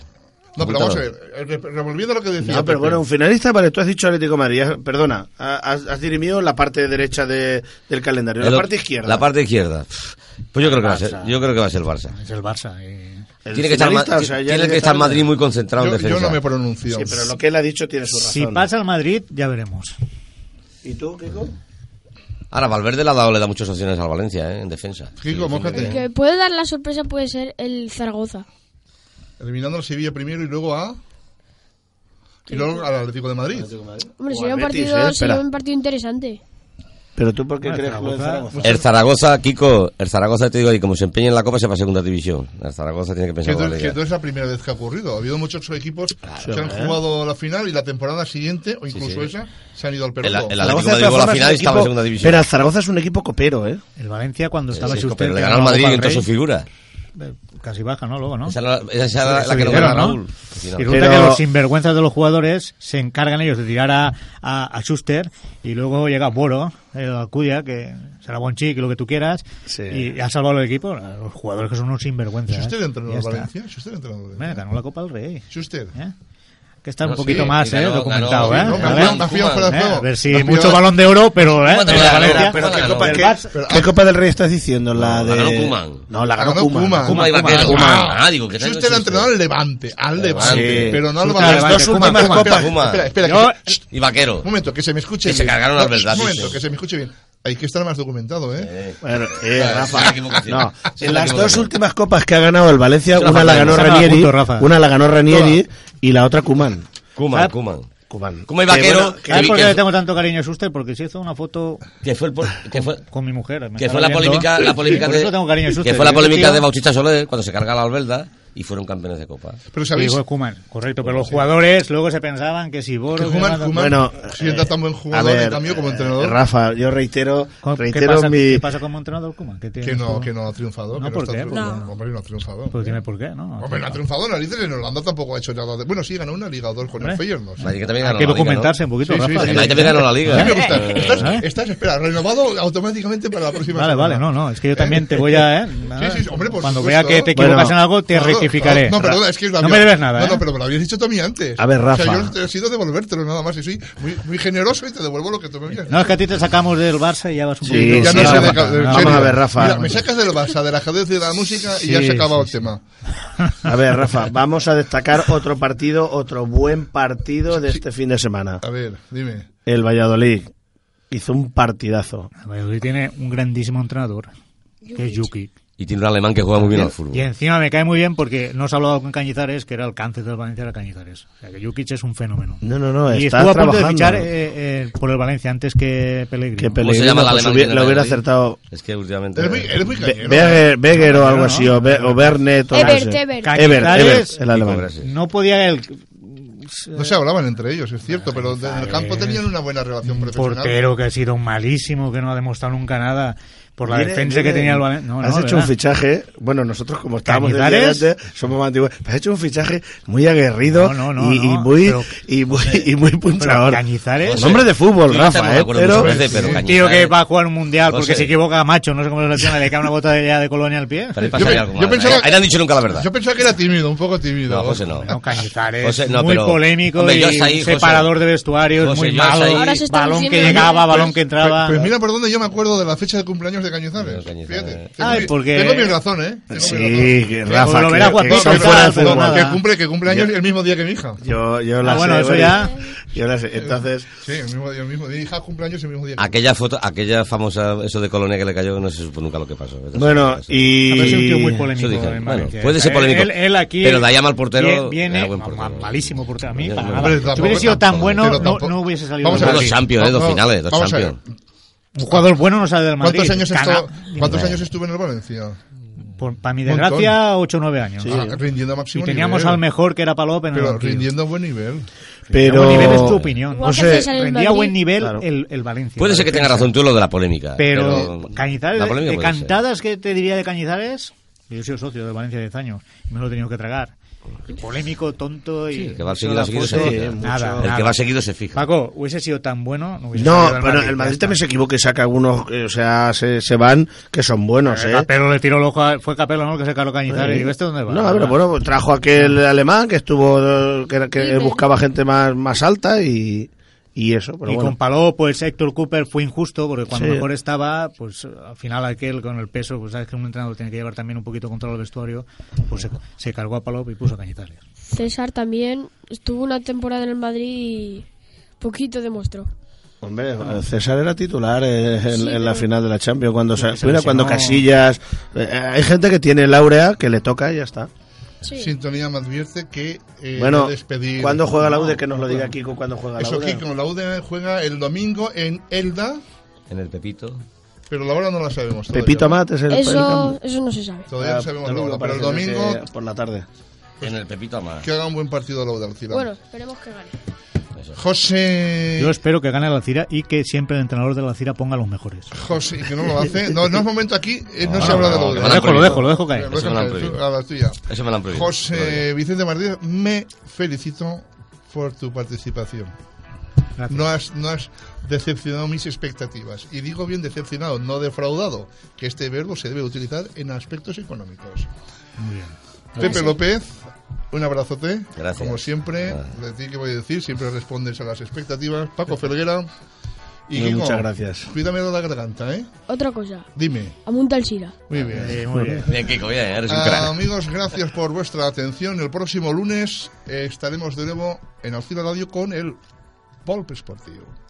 Speaker 1: No, pero
Speaker 2: Apúntalo.
Speaker 1: vamos a ver. eh, re- Revolviendo lo que decía.
Speaker 4: No, pero
Speaker 1: Pepe.
Speaker 4: bueno, un finalista, vale, tú has dicho Atlético de Madrid, has- perdona, has, has dirimido la parte derecha de- del calendario,
Speaker 2: El
Speaker 4: la
Speaker 2: o-
Speaker 4: parte izquierda.
Speaker 2: La parte izquierda. Pues yo creo que va a ser,
Speaker 4: Barça.
Speaker 2: yo creo que va a ser el Barça.
Speaker 3: Es el Barça. eh.
Speaker 4: El
Speaker 2: Tiene que estar, Ma-
Speaker 4: finalista, o sea,
Speaker 2: tiene
Speaker 4: ya
Speaker 2: que estar
Speaker 4: directamente-
Speaker 2: Madrid muy concentrado en
Speaker 1: yo, yo
Speaker 2: defensa.
Speaker 1: no me pronuncio.
Speaker 4: Sí, pero lo que él ha dicho tiene su razón.
Speaker 3: Si pasa el Madrid, ya veremos.
Speaker 4: ¿Y tú, Kiko?
Speaker 2: Ahora, Valverde le, ha dado, le da muchas opciones al Valencia, ¿eh? en defensa.
Speaker 1: Kiko, mójate.
Speaker 5: El que puede dar la sorpresa puede ser el Zaragoza.
Speaker 1: Eliminando al Sevilla primero y luego a. Y luego al Atlético de Madrid.
Speaker 5: Hombre,
Speaker 4: O
Speaker 5: sería un,
Speaker 4: al Betis,
Speaker 5: partido,
Speaker 4: ¿eh?
Speaker 5: sería
Speaker 4: Espera.
Speaker 5: un partido interesante.
Speaker 4: Pero tú, ¿por qué
Speaker 3: Bueno,
Speaker 4: crees que lo de
Speaker 3: Zaragoza-
Speaker 4: Zaragoza?
Speaker 2: El Zaragoza, Kiko, el Zaragoza, te digo, y como se empeña en la Copa, se va a segunda división. El Zaragoza tiene que
Speaker 1: Que
Speaker 2: pensar en la
Speaker 1: no, que
Speaker 2: Liga.
Speaker 1: no es la primera vez que ha ocurrido. Ha habido muchos equipos que han
Speaker 4: ¿eh?
Speaker 1: jugado la final y la temporada siguiente, o incluso
Speaker 2: sí.
Speaker 1: esa, se han ido al
Speaker 2: El,
Speaker 1: Perú.
Speaker 2: el
Speaker 4: Zaragoza,
Speaker 2: Atlético
Speaker 4: de
Speaker 2: no llegó a
Speaker 4: todas
Speaker 2: la
Speaker 4: formas,
Speaker 2: final y
Speaker 4: es
Speaker 2: estaba
Speaker 4: un
Speaker 2: en
Speaker 4: equipo-
Speaker 2: segunda división.
Speaker 4: Pero Zaragoza es un equipo copero, ¿eh?
Speaker 3: El Valencia cuando estaba
Speaker 2: Sí,
Speaker 3: Schuster,
Speaker 2: pero le
Speaker 3: que
Speaker 2: ganó al
Speaker 3: ganaba
Speaker 2: Madrid
Speaker 3: Copa
Speaker 2: y entró su
Speaker 3: del Rey,
Speaker 2: figura.
Speaker 3: eh, Casi baja, ¿no? Luego, ¿no?
Speaker 2: Esa era, esa- esa era la que no
Speaker 3: Subidero,
Speaker 2: ganó
Speaker 3: ¿no?
Speaker 2: Raúl.
Speaker 3: Y
Speaker 2: Sí, no.
Speaker 3: resulta
Speaker 4: Pero-
Speaker 3: que los sinvergüenzas de los jugadores se encargan ellos de tirar a, a, a Schuster y luego llega Boro, eh, Acudia, que será Bonchic, lo que tú quieras,
Speaker 4: Sí.
Speaker 3: y ha salvado al equipo. A Los jugadores que son unos sinvergüenzas.
Speaker 1: Schuster
Speaker 3: ¿eh?
Speaker 1: entrenó
Speaker 3: Ya
Speaker 1: a
Speaker 3: está.
Speaker 1: Valencia. Schuster entrenó a
Speaker 3: Mira,
Speaker 1: Valencia.
Speaker 3: ganó la Copa del Rey.
Speaker 1: Schuster.
Speaker 3: ¿eh? Que está
Speaker 2: No,
Speaker 3: un poquito
Speaker 2: sí,
Speaker 3: más
Speaker 2: y
Speaker 3: eh,
Speaker 2: ganó- ganó,
Speaker 3: documentado. ¿eh?
Speaker 2: sí,
Speaker 1: No,
Speaker 3: a,
Speaker 1: me
Speaker 3: ver,
Speaker 1: fío- me fío fuera de
Speaker 3: ¿eh?
Speaker 1: juego.
Speaker 3: A ver si
Speaker 1: Me fío-
Speaker 3: mucho balón de oro, pero ¿eh?
Speaker 2: Bueno,
Speaker 3: pero
Speaker 2: ganó,
Speaker 3: Valencia.
Speaker 2: pero-
Speaker 4: ¿qué
Speaker 2: ganó.
Speaker 4: Copa, qué-
Speaker 1: Pero-
Speaker 4: qué Copa del Rey estás diciendo? La
Speaker 2: La
Speaker 4: de...
Speaker 2: ganó Koeman.
Speaker 4: No, la
Speaker 1: La
Speaker 4: ganó
Speaker 1: ganó
Speaker 4: Koeman.
Speaker 1: Koeman.
Speaker 2: Koeman iba a quedar-
Speaker 4: Koeman.
Speaker 2: Ah, digo, ¿qué tal?
Speaker 1: Schuster ha entrenado al Levante. Al Levante.
Speaker 4: Sí.
Speaker 1: Pero no al
Speaker 3: Schuster,
Speaker 1: Valencia.
Speaker 3: Levante,
Speaker 4: Las dos
Speaker 3: Koeman,
Speaker 4: últimas
Speaker 2: Koeman,
Speaker 4: copas.
Speaker 2: Koeman.
Speaker 1: Espera, espera.
Speaker 3: Yo-
Speaker 1: que se-
Speaker 2: Y vaquero.
Speaker 1: Un momento, que se me escuche
Speaker 2: Que se
Speaker 1: bien.
Speaker 2: cargaron las verdades,
Speaker 1: Un momento,
Speaker 2: dice.
Speaker 1: que se me escuche bien. Hay que estar más documentado, ¿eh?
Speaker 4: Bueno, eh,
Speaker 2: Ah, es una
Speaker 4: Rafa.
Speaker 2: equivocación.
Speaker 4: No,
Speaker 2: Sí, es
Speaker 4: en
Speaker 2: una
Speaker 4: las dos
Speaker 2: equivocación.
Speaker 4: últimas copas que ha ganado el Valencia,
Speaker 2: Es una
Speaker 4: una
Speaker 2: falta
Speaker 4: la
Speaker 2: de
Speaker 4: ganó
Speaker 3: respeto.
Speaker 4: Ranieri,
Speaker 3: Punto, Rafa.
Speaker 4: una la ganó Ranieri y la otra Eh, Kuman.
Speaker 2: Kuman, Kuman.
Speaker 4: Kuman.
Speaker 2: Kuman y Vaquero, que
Speaker 3: ¿Sabes
Speaker 2: vi
Speaker 3: por qué
Speaker 2: que-
Speaker 3: le tengo tanto cariño a Schuster? Porque se hizo una foto
Speaker 2: Que fue el por- que fue-
Speaker 3: con mi mujer. me
Speaker 2: que
Speaker 3: estaba
Speaker 2: fue la
Speaker 3: viendo.
Speaker 2: polémica, la polémica
Speaker 3: Por
Speaker 2: de,
Speaker 3: eso tengo cariño ¿eh? a
Speaker 2: que
Speaker 3: Schuster,
Speaker 2: fue la
Speaker 3: porque el
Speaker 2: polémica
Speaker 3: tío-
Speaker 2: de Bautista Soler cuando se carga la albelda y fueron campeones de copa.
Speaker 1: Pero
Speaker 3: Y
Speaker 1: sabéis,
Speaker 3: digo, Koeman, correcto, pero los jugadores luego se pensaban que si Boro...
Speaker 1: Que Koeman-
Speaker 3: que-
Speaker 1: Koeman-
Speaker 4: Bueno, eh,
Speaker 1: siendo tan buen jugador,
Speaker 4: a ver,
Speaker 1: en cambio, como
Speaker 4: eh,
Speaker 1: entrenador-
Speaker 4: Rafa, yo reitero,
Speaker 3: ¿Con- ¿Qué,
Speaker 4: reitero
Speaker 3: pasa,
Speaker 4: mi.
Speaker 3: ¿Qué pasa como entrenador Koeman? Que, tiene
Speaker 1: que no,
Speaker 3: su-
Speaker 1: que no ha triunfado.
Speaker 3: No,
Speaker 1: que
Speaker 3: ¿por
Speaker 1: está
Speaker 3: qué?
Speaker 1: triunfando.
Speaker 5: No.
Speaker 1: Hombre, no ha triunfado.
Speaker 3: Pues dime por qué, ¿no?
Speaker 1: Hombre, no ha triunfado narices en Holanda tampoco ha hecho nada. de- Bueno, sí, ganó una Liga o dos con
Speaker 3: Hombre.
Speaker 1: el Feyenoord. no sé.
Speaker 2: Madrid que también
Speaker 3: Hay
Speaker 2: ganó
Speaker 3: que
Speaker 2: la Liga, ¿no?
Speaker 3: documentarse un poquito,
Speaker 1: Sí, sí,
Speaker 3: Rafa.
Speaker 1: sí,
Speaker 2: El Madrid también ganó la liga.
Speaker 1: Sí, me gusta.
Speaker 2: Eh,
Speaker 1: Estás,
Speaker 3: ¿eh?
Speaker 1: estás, espera, renovado automáticamente para la próxima
Speaker 3: Vale,
Speaker 1: semana.
Speaker 3: vale, no, no, es que yo
Speaker 1: (laughs)
Speaker 3: también te voy a... ¿eh?
Speaker 1: Sí, sí, sí, hombre, por
Speaker 3: Cuando
Speaker 1: supuesto.
Speaker 3: vea que te
Speaker 4: Bueno,
Speaker 3: equivocas en algo, te
Speaker 1: Claro,
Speaker 3: rectificaré.
Speaker 1: claro. No, perdona, es que lo
Speaker 3: No
Speaker 1: había-
Speaker 3: me debes nada,
Speaker 1: No,
Speaker 3: ¿eh?
Speaker 1: no, pero me lo habías dicho tú a mí antes.
Speaker 4: A ver,
Speaker 1: O sea,
Speaker 4: Rafa.
Speaker 1: yo te he sido devolvértelo nada más. Y soy muy, muy generoso y te devuelvo lo que tú me habías
Speaker 3: No, es que a ti te sacamos del Barça y ya vas un
Speaker 4: Sí,
Speaker 3: poquito...
Speaker 1: ya
Speaker 4: sí,
Speaker 1: no sé
Speaker 4: Rafa.
Speaker 1: de ca- de- en
Speaker 4: Vamos
Speaker 1: serio.
Speaker 4: a ver, Rafa.
Speaker 1: Mira, me sacas del Barça, de la jadez de la música y ya
Speaker 3: Sí,
Speaker 1: se acaba
Speaker 3: sí,
Speaker 1: el tema.
Speaker 4: A ver, Rafa,
Speaker 3: (laughs)
Speaker 4: vamos a destacar otro partido, otro buen partido de este fin de semana.
Speaker 1: A ver, dime.
Speaker 4: El Valladolid hizo un partidazo.
Speaker 3: El Valladolid tiene un grandísimo entrenador, que es Yuki.
Speaker 2: Y tiene un alemán que juega muy bien al fútbol.
Speaker 3: Y encima me cae muy bien porque no se ha hablado con Cañizares, que era el cáncer del Valencia de Cañizares. O sea, que Jukic es un fenómeno.
Speaker 4: No, no, no,
Speaker 3: y
Speaker 4: está
Speaker 3: estuvo a punto
Speaker 4: trabajando.
Speaker 3: de fichar eh, eh, por el Valencia antes que Pellegrini.
Speaker 4: Que
Speaker 2: ¿Cómo se
Speaker 4: Pellegrini
Speaker 2: llama el
Speaker 4: pues,
Speaker 2: alemán?
Speaker 4: hubiera-
Speaker 2: que
Speaker 4: lo
Speaker 2: tiene
Speaker 4: hubiera
Speaker 2: Madrid?
Speaker 4: acertado
Speaker 2: Es que últimamente.
Speaker 1: Eres muy, eres muy
Speaker 4: Be-
Speaker 1: cañero.
Speaker 4: Beger, Beger o algo
Speaker 3: ¿no?
Speaker 4: así, o, Be- o Bernet o no
Speaker 5: Ebert,
Speaker 4: sé.
Speaker 5: Ebert.
Speaker 4: Ebert,
Speaker 3: Cañizares.
Speaker 4: Ebert, el alemán.
Speaker 2: Sí.
Speaker 3: No podía el
Speaker 1: No se hablaban entre ellos, es cierto, pero en el
Speaker 4: eh.
Speaker 1: campo tenían una buena relación profesional.
Speaker 3: mm, portero que ha sido malísimo, que no ha demostrado nunca nada, por la
Speaker 4: Viene-
Speaker 3: defensa
Speaker 4: viene-
Speaker 3: que tenía el Valencia. No,
Speaker 4: has
Speaker 3: no,
Speaker 4: hecho un
Speaker 3: ¿verdad?
Speaker 4: fichaje. Bueno, nosotros como estábamos desde
Speaker 3: ¿Cañizares?
Speaker 4: antes, somos más antiguos. Has hecho un fichaje muy aguerrido
Speaker 3: No, no, no,
Speaker 4: y, y
Speaker 3: no,
Speaker 4: muy,
Speaker 3: pero-
Speaker 4: y muy, y muy
Speaker 3: Pero
Speaker 4: punchador.
Speaker 3: Cañizares.
Speaker 4: Con nombre de fútbol,
Speaker 2: Yo
Speaker 4: Rafa,
Speaker 2: tampoco me
Speaker 4: eh,
Speaker 2: acuerdo
Speaker 4: pero-
Speaker 2: muchas veces, pero
Speaker 1: Sí.
Speaker 3: Un
Speaker 2: Cañizares-
Speaker 3: tío que va a jugar un mundial
Speaker 2: José.
Speaker 3: porque se equivoca a Macho, no sé cómo lo relaciona, le cae una bota de, de colonia al pie.
Speaker 2: Pero ahí pasa
Speaker 1: Yo pe-
Speaker 2: algo
Speaker 1: yo
Speaker 2: mal.
Speaker 1: pensaba-
Speaker 2: Ahí- ahí no han dicho nunca la verdad.
Speaker 1: Yo pensaba que era tímido, un poco tímido.
Speaker 2: No, José no.
Speaker 3: No, Cañizares,
Speaker 2: José, no,
Speaker 3: muy
Speaker 2: pero-
Speaker 3: polémico
Speaker 2: hombre,
Speaker 3: y
Speaker 2: yo hasta ahí,
Speaker 3: un
Speaker 2: José.
Speaker 3: separador de vestuarios,
Speaker 2: José,
Speaker 3: muy
Speaker 2: yo hasta
Speaker 3: malo,
Speaker 2: ahí-
Speaker 5: Ahora se está
Speaker 3: balón que
Speaker 5: diciendo-
Speaker 3: llegaba, balón que
Speaker 1: Pues,
Speaker 3: entraba.
Speaker 1: pues mira por dónde yo me acuerdo de la fecha de cumpleaños de Cañizares.
Speaker 2: De Cañizares.
Speaker 1: Fíjate.
Speaker 3: Ay,
Speaker 1: Tengo mi-
Speaker 3: porque-
Speaker 1: Tengo mi razón, ¿eh? Tengo mi
Speaker 4: Sí, que Rafa,
Speaker 3: Como lo
Speaker 4: que-
Speaker 3: verás
Speaker 4: que
Speaker 3: guapito,
Speaker 4: son
Speaker 3: tal,
Speaker 4: fuera de
Speaker 3: pero
Speaker 1: razón.
Speaker 4: fútbol.
Speaker 1: No,
Speaker 3: nada.
Speaker 1: que cumple, que cumple años el mismo día que mi hija.
Speaker 4: Yo, yo la
Speaker 3: Ah, bueno,
Speaker 4: sé,
Speaker 3: eso ya-
Speaker 4: Yo la sé. Entonces,
Speaker 1: Sí, el mismo día, el mismo día. Mi hija cumpleaños el mismo día. que-
Speaker 2: Aquella foto, aquella famosa, eso de Colonia que le cayó, no se supo nunca lo que pasó.
Speaker 4: bueno,
Speaker 3: Ha
Speaker 4: y...
Speaker 3: parecido un tío muy
Speaker 2: Eso
Speaker 3: polémico.
Speaker 2: dije,
Speaker 3: en
Speaker 2: bueno,
Speaker 3: Valencia.
Speaker 2: puede ser polémico,
Speaker 3: Él, él aquí
Speaker 2: pero de ahí llama al portero,
Speaker 3: vie- Viene,
Speaker 2: era buen portero.
Speaker 3: ma- malísimo portero. A mí,
Speaker 2: Hombre,
Speaker 3: para
Speaker 2: hombre,
Speaker 3: nada. Ah, si
Speaker 1: tampoco-
Speaker 3: hubiera sido tan
Speaker 1: tampoco-
Speaker 3: bueno,
Speaker 1: pero
Speaker 3: no,
Speaker 1: tampoco-
Speaker 3: no hubiese salido.
Speaker 1: Vamos
Speaker 3: del
Speaker 1: a ver,
Speaker 2: Dos
Speaker 3: Madrid.
Speaker 2: Champions, eh, dos
Speaker 1: Vamos-
Speaker 2: finales, dos
Speaker 1: vamos a ver.
Speaker 2: Champions.
Speaker 3: Un jugador bueno no sale del Madrid.
Speaker 1: ¿Cuántos años,
Speaker 3: Cana-
Speaker 1: estuvo, ¿cuántos años estuve en el Valencia?
Speaker 3: Para mi
Speaker 1: Un
Speaker 3: desgracia, 8 o 9 años.
Speaker 1: Ah, rindiendo a
Speaker 3: Y
Speaker 1: máximo
Speaker 3: teníamos
Speaker 1: nivel.
Speaker 3: al mejor que era Palop en el
Speaker 1: Pero
Speaker 3: banquillo.
Speaker 1: rindiendo a buen nivel.
Speaker 4: Pero...
Speaker 3: Buen nivel es tu opinión.
Speaker 5: Igual
Speaker 4: No
Speaker 5: que
Speaker 4: sé,
Speaker 5: César en el
Speaker 3: Rendía
Speaker 5: Madrid.
Speaker 3: buen nivel
Speaker 4: Claro.
Speaker 3: el, el Valencia.
Speaker 2: Puede
Speaker 3: la
Speaker 2: ser que tenga
Speaker 3: defensa.
Speaker 2: razón tú lo de la polémica.
Speaker 3: Pero, Cañizares,
Speaker 2: la
Speaker 3: de,
Speaker 2: polémica
Speaker 3: de
Speaker 2: puede ser.
Speaker 3: cantadas que te diría de Cañizares, yo he sido socio de Valencia 10 años y me lo he tenido que tragar. Polémico, tonto y.
Speaker 2: Sí, el que va
Speaker 3: mucho
Speaker 2: seguido
Speaker 3: la
Speaker 2: a seguido
Speaker 3: foto,
Speaker 2: se fija.
Speaker 3: nada,
Speaker 2: El que
Speaker 3: nada.
Speaker 2: va seguido se fija.
Speaker 3: Paco, hubiese sido tan bueno. No, hubiese
Speaker 4: No,
Speaker 3: salido del
Speaker 4: pero
Speaker 3: pues ya
Speaker 4: el Madrid
Speaker 3: está.
Speaker 4: también se equivoca y saca algunos, eh, o sea, se, se van que son buenos,
Speaker 3: Eh,
Speaker 4: ¿eh?
Speaker 3: Capello le tiró el ojo, a- fue Capello, ¿no? El que se cargó Cañizares. Y digo, ¿este dónde va?
Speaker 4: No, pero bueno, pues trajo aquel alemán que estuvo, eh, que, era- que
Speaker 5: Iber.
Speaker 4: buscaba gente más, más alta y, y eso. Pero
Speaker 3: y
Speaker 4: bueno.
Speaker 3: con Paló, pues Héctor Cooper fue injusto, porque cuando
Speaker 4: Sí.
Speaker 3: mejor estaba, pues al final aquel con el peso, pues sabes que un entrenador tiene que llevar también un poquito control del vestuario, pues se, se cargó a Paló y puso a Cañizares.
Speaker 5: César también estuvo una temporada en el Madrid y poquito demostró.
Speaker 4: Hombre,
Speaker 1: Ah.
Speaker 4: César era titular eh, en, en la final de la Champions. Cuando, se-
Speaker 3: se
Speaker 4: mira, cuando
Speaker 3: lesionó.
Speaker 4: Casillas. eh, hay gente que tiene el Laurea que le toca y ya está.
Speaker 5: Sí.
Speaker 1: Sintonía me advierte que eh,
Speaker 4: bueno,
Speaker 1: de despedir.
Speaker 4: cuando juega la UDE? Que nos lo diga Kiko cuando juega la E?
Speaker 1: Eso
Speaker 4: UDE.
Speaker 1: aquí, como la UDE juega el domingo en Elda,
Speaker 2: En el Pepito.
Speaker 1: pero la hora no la sabemos. todavía.
Speaker 4: Pepito Amat es el. el
Speaker 5: Eso,
Speaker 4: cambio.
Speaker 5: eso no se sabe.
Speaker 1: Todavía no sabemos
Speaker 4: Ah,
Speaker 1: la hora, pero el
Speaker 4: parece
Speaker 1: domingo
Speaker 4: que Por la tarde.
Speaker 2: En el Pepito más.
Speaker 1: que haga un buen partido la UDE al final.
Speaker 5: Bueno, esperemos que gane.
Speaker 1: José.
Speaker 3: Yo espero que gane la Cira y que siempre el entrenador de la Cira ponga los mejores.
Speaker 1: José, que no lo hace. No, no es momento aquí, eh, no, se habla de la
Speaker 2: no,
Speaker 1: UDE.
Speaker 2: que
Speaker 3: Lo dejo, lo dejo, lo dejo caer.
Speaker 1: Lo dejo
Speaker 2: Eso me lo han
Speaker 1: caer,
Speaker 2: prohibido.
Speaker 1: tú, a la tuya.
Speaker 2: Eso me lo han prohibido.
Speaker 1: José Vicente Martínez, me felicito por tu participación.
Speaker 3: Gracias.
Speaker 1: No has, no has decepcionado mis expectativas. Y digo bien decepcionado, no defraudado, que este verbo se debe utilizar en aspectos económicos.
Speaker 3: Muy bien.
Speaker 1: Pepe López, un abrazote.
Speaker 2: Gracias.
Speaker 1: Como siempre,
Speaker 2: Ah.
Speaker 1: de ti que voy a decir, siempre respondes a las expectativas. Paco Felguera. Y
Speaker 4: Muy-
Speaker 1: Kiko,
Speaker 4: muchas gracias.
Speaker 1: Cuídame de la garganta, ¿eh?
Speaker 5: Otra cosa,
Speaker 1: Dime.
Speaker 5: amunta el Sira.
Speaker 1: Muy bien.
Speaker 3: Eh, muy bien.
Speaker 2: Bien, Kiko, bien, eres un
Speaker 1: Ah,
Speaker 2: crack.
Speaker 1: amigos, gracias por vuestra atención. El próximo lunes eh, estaremos de nuevo en Alcina Radio con el Polp Sportivo.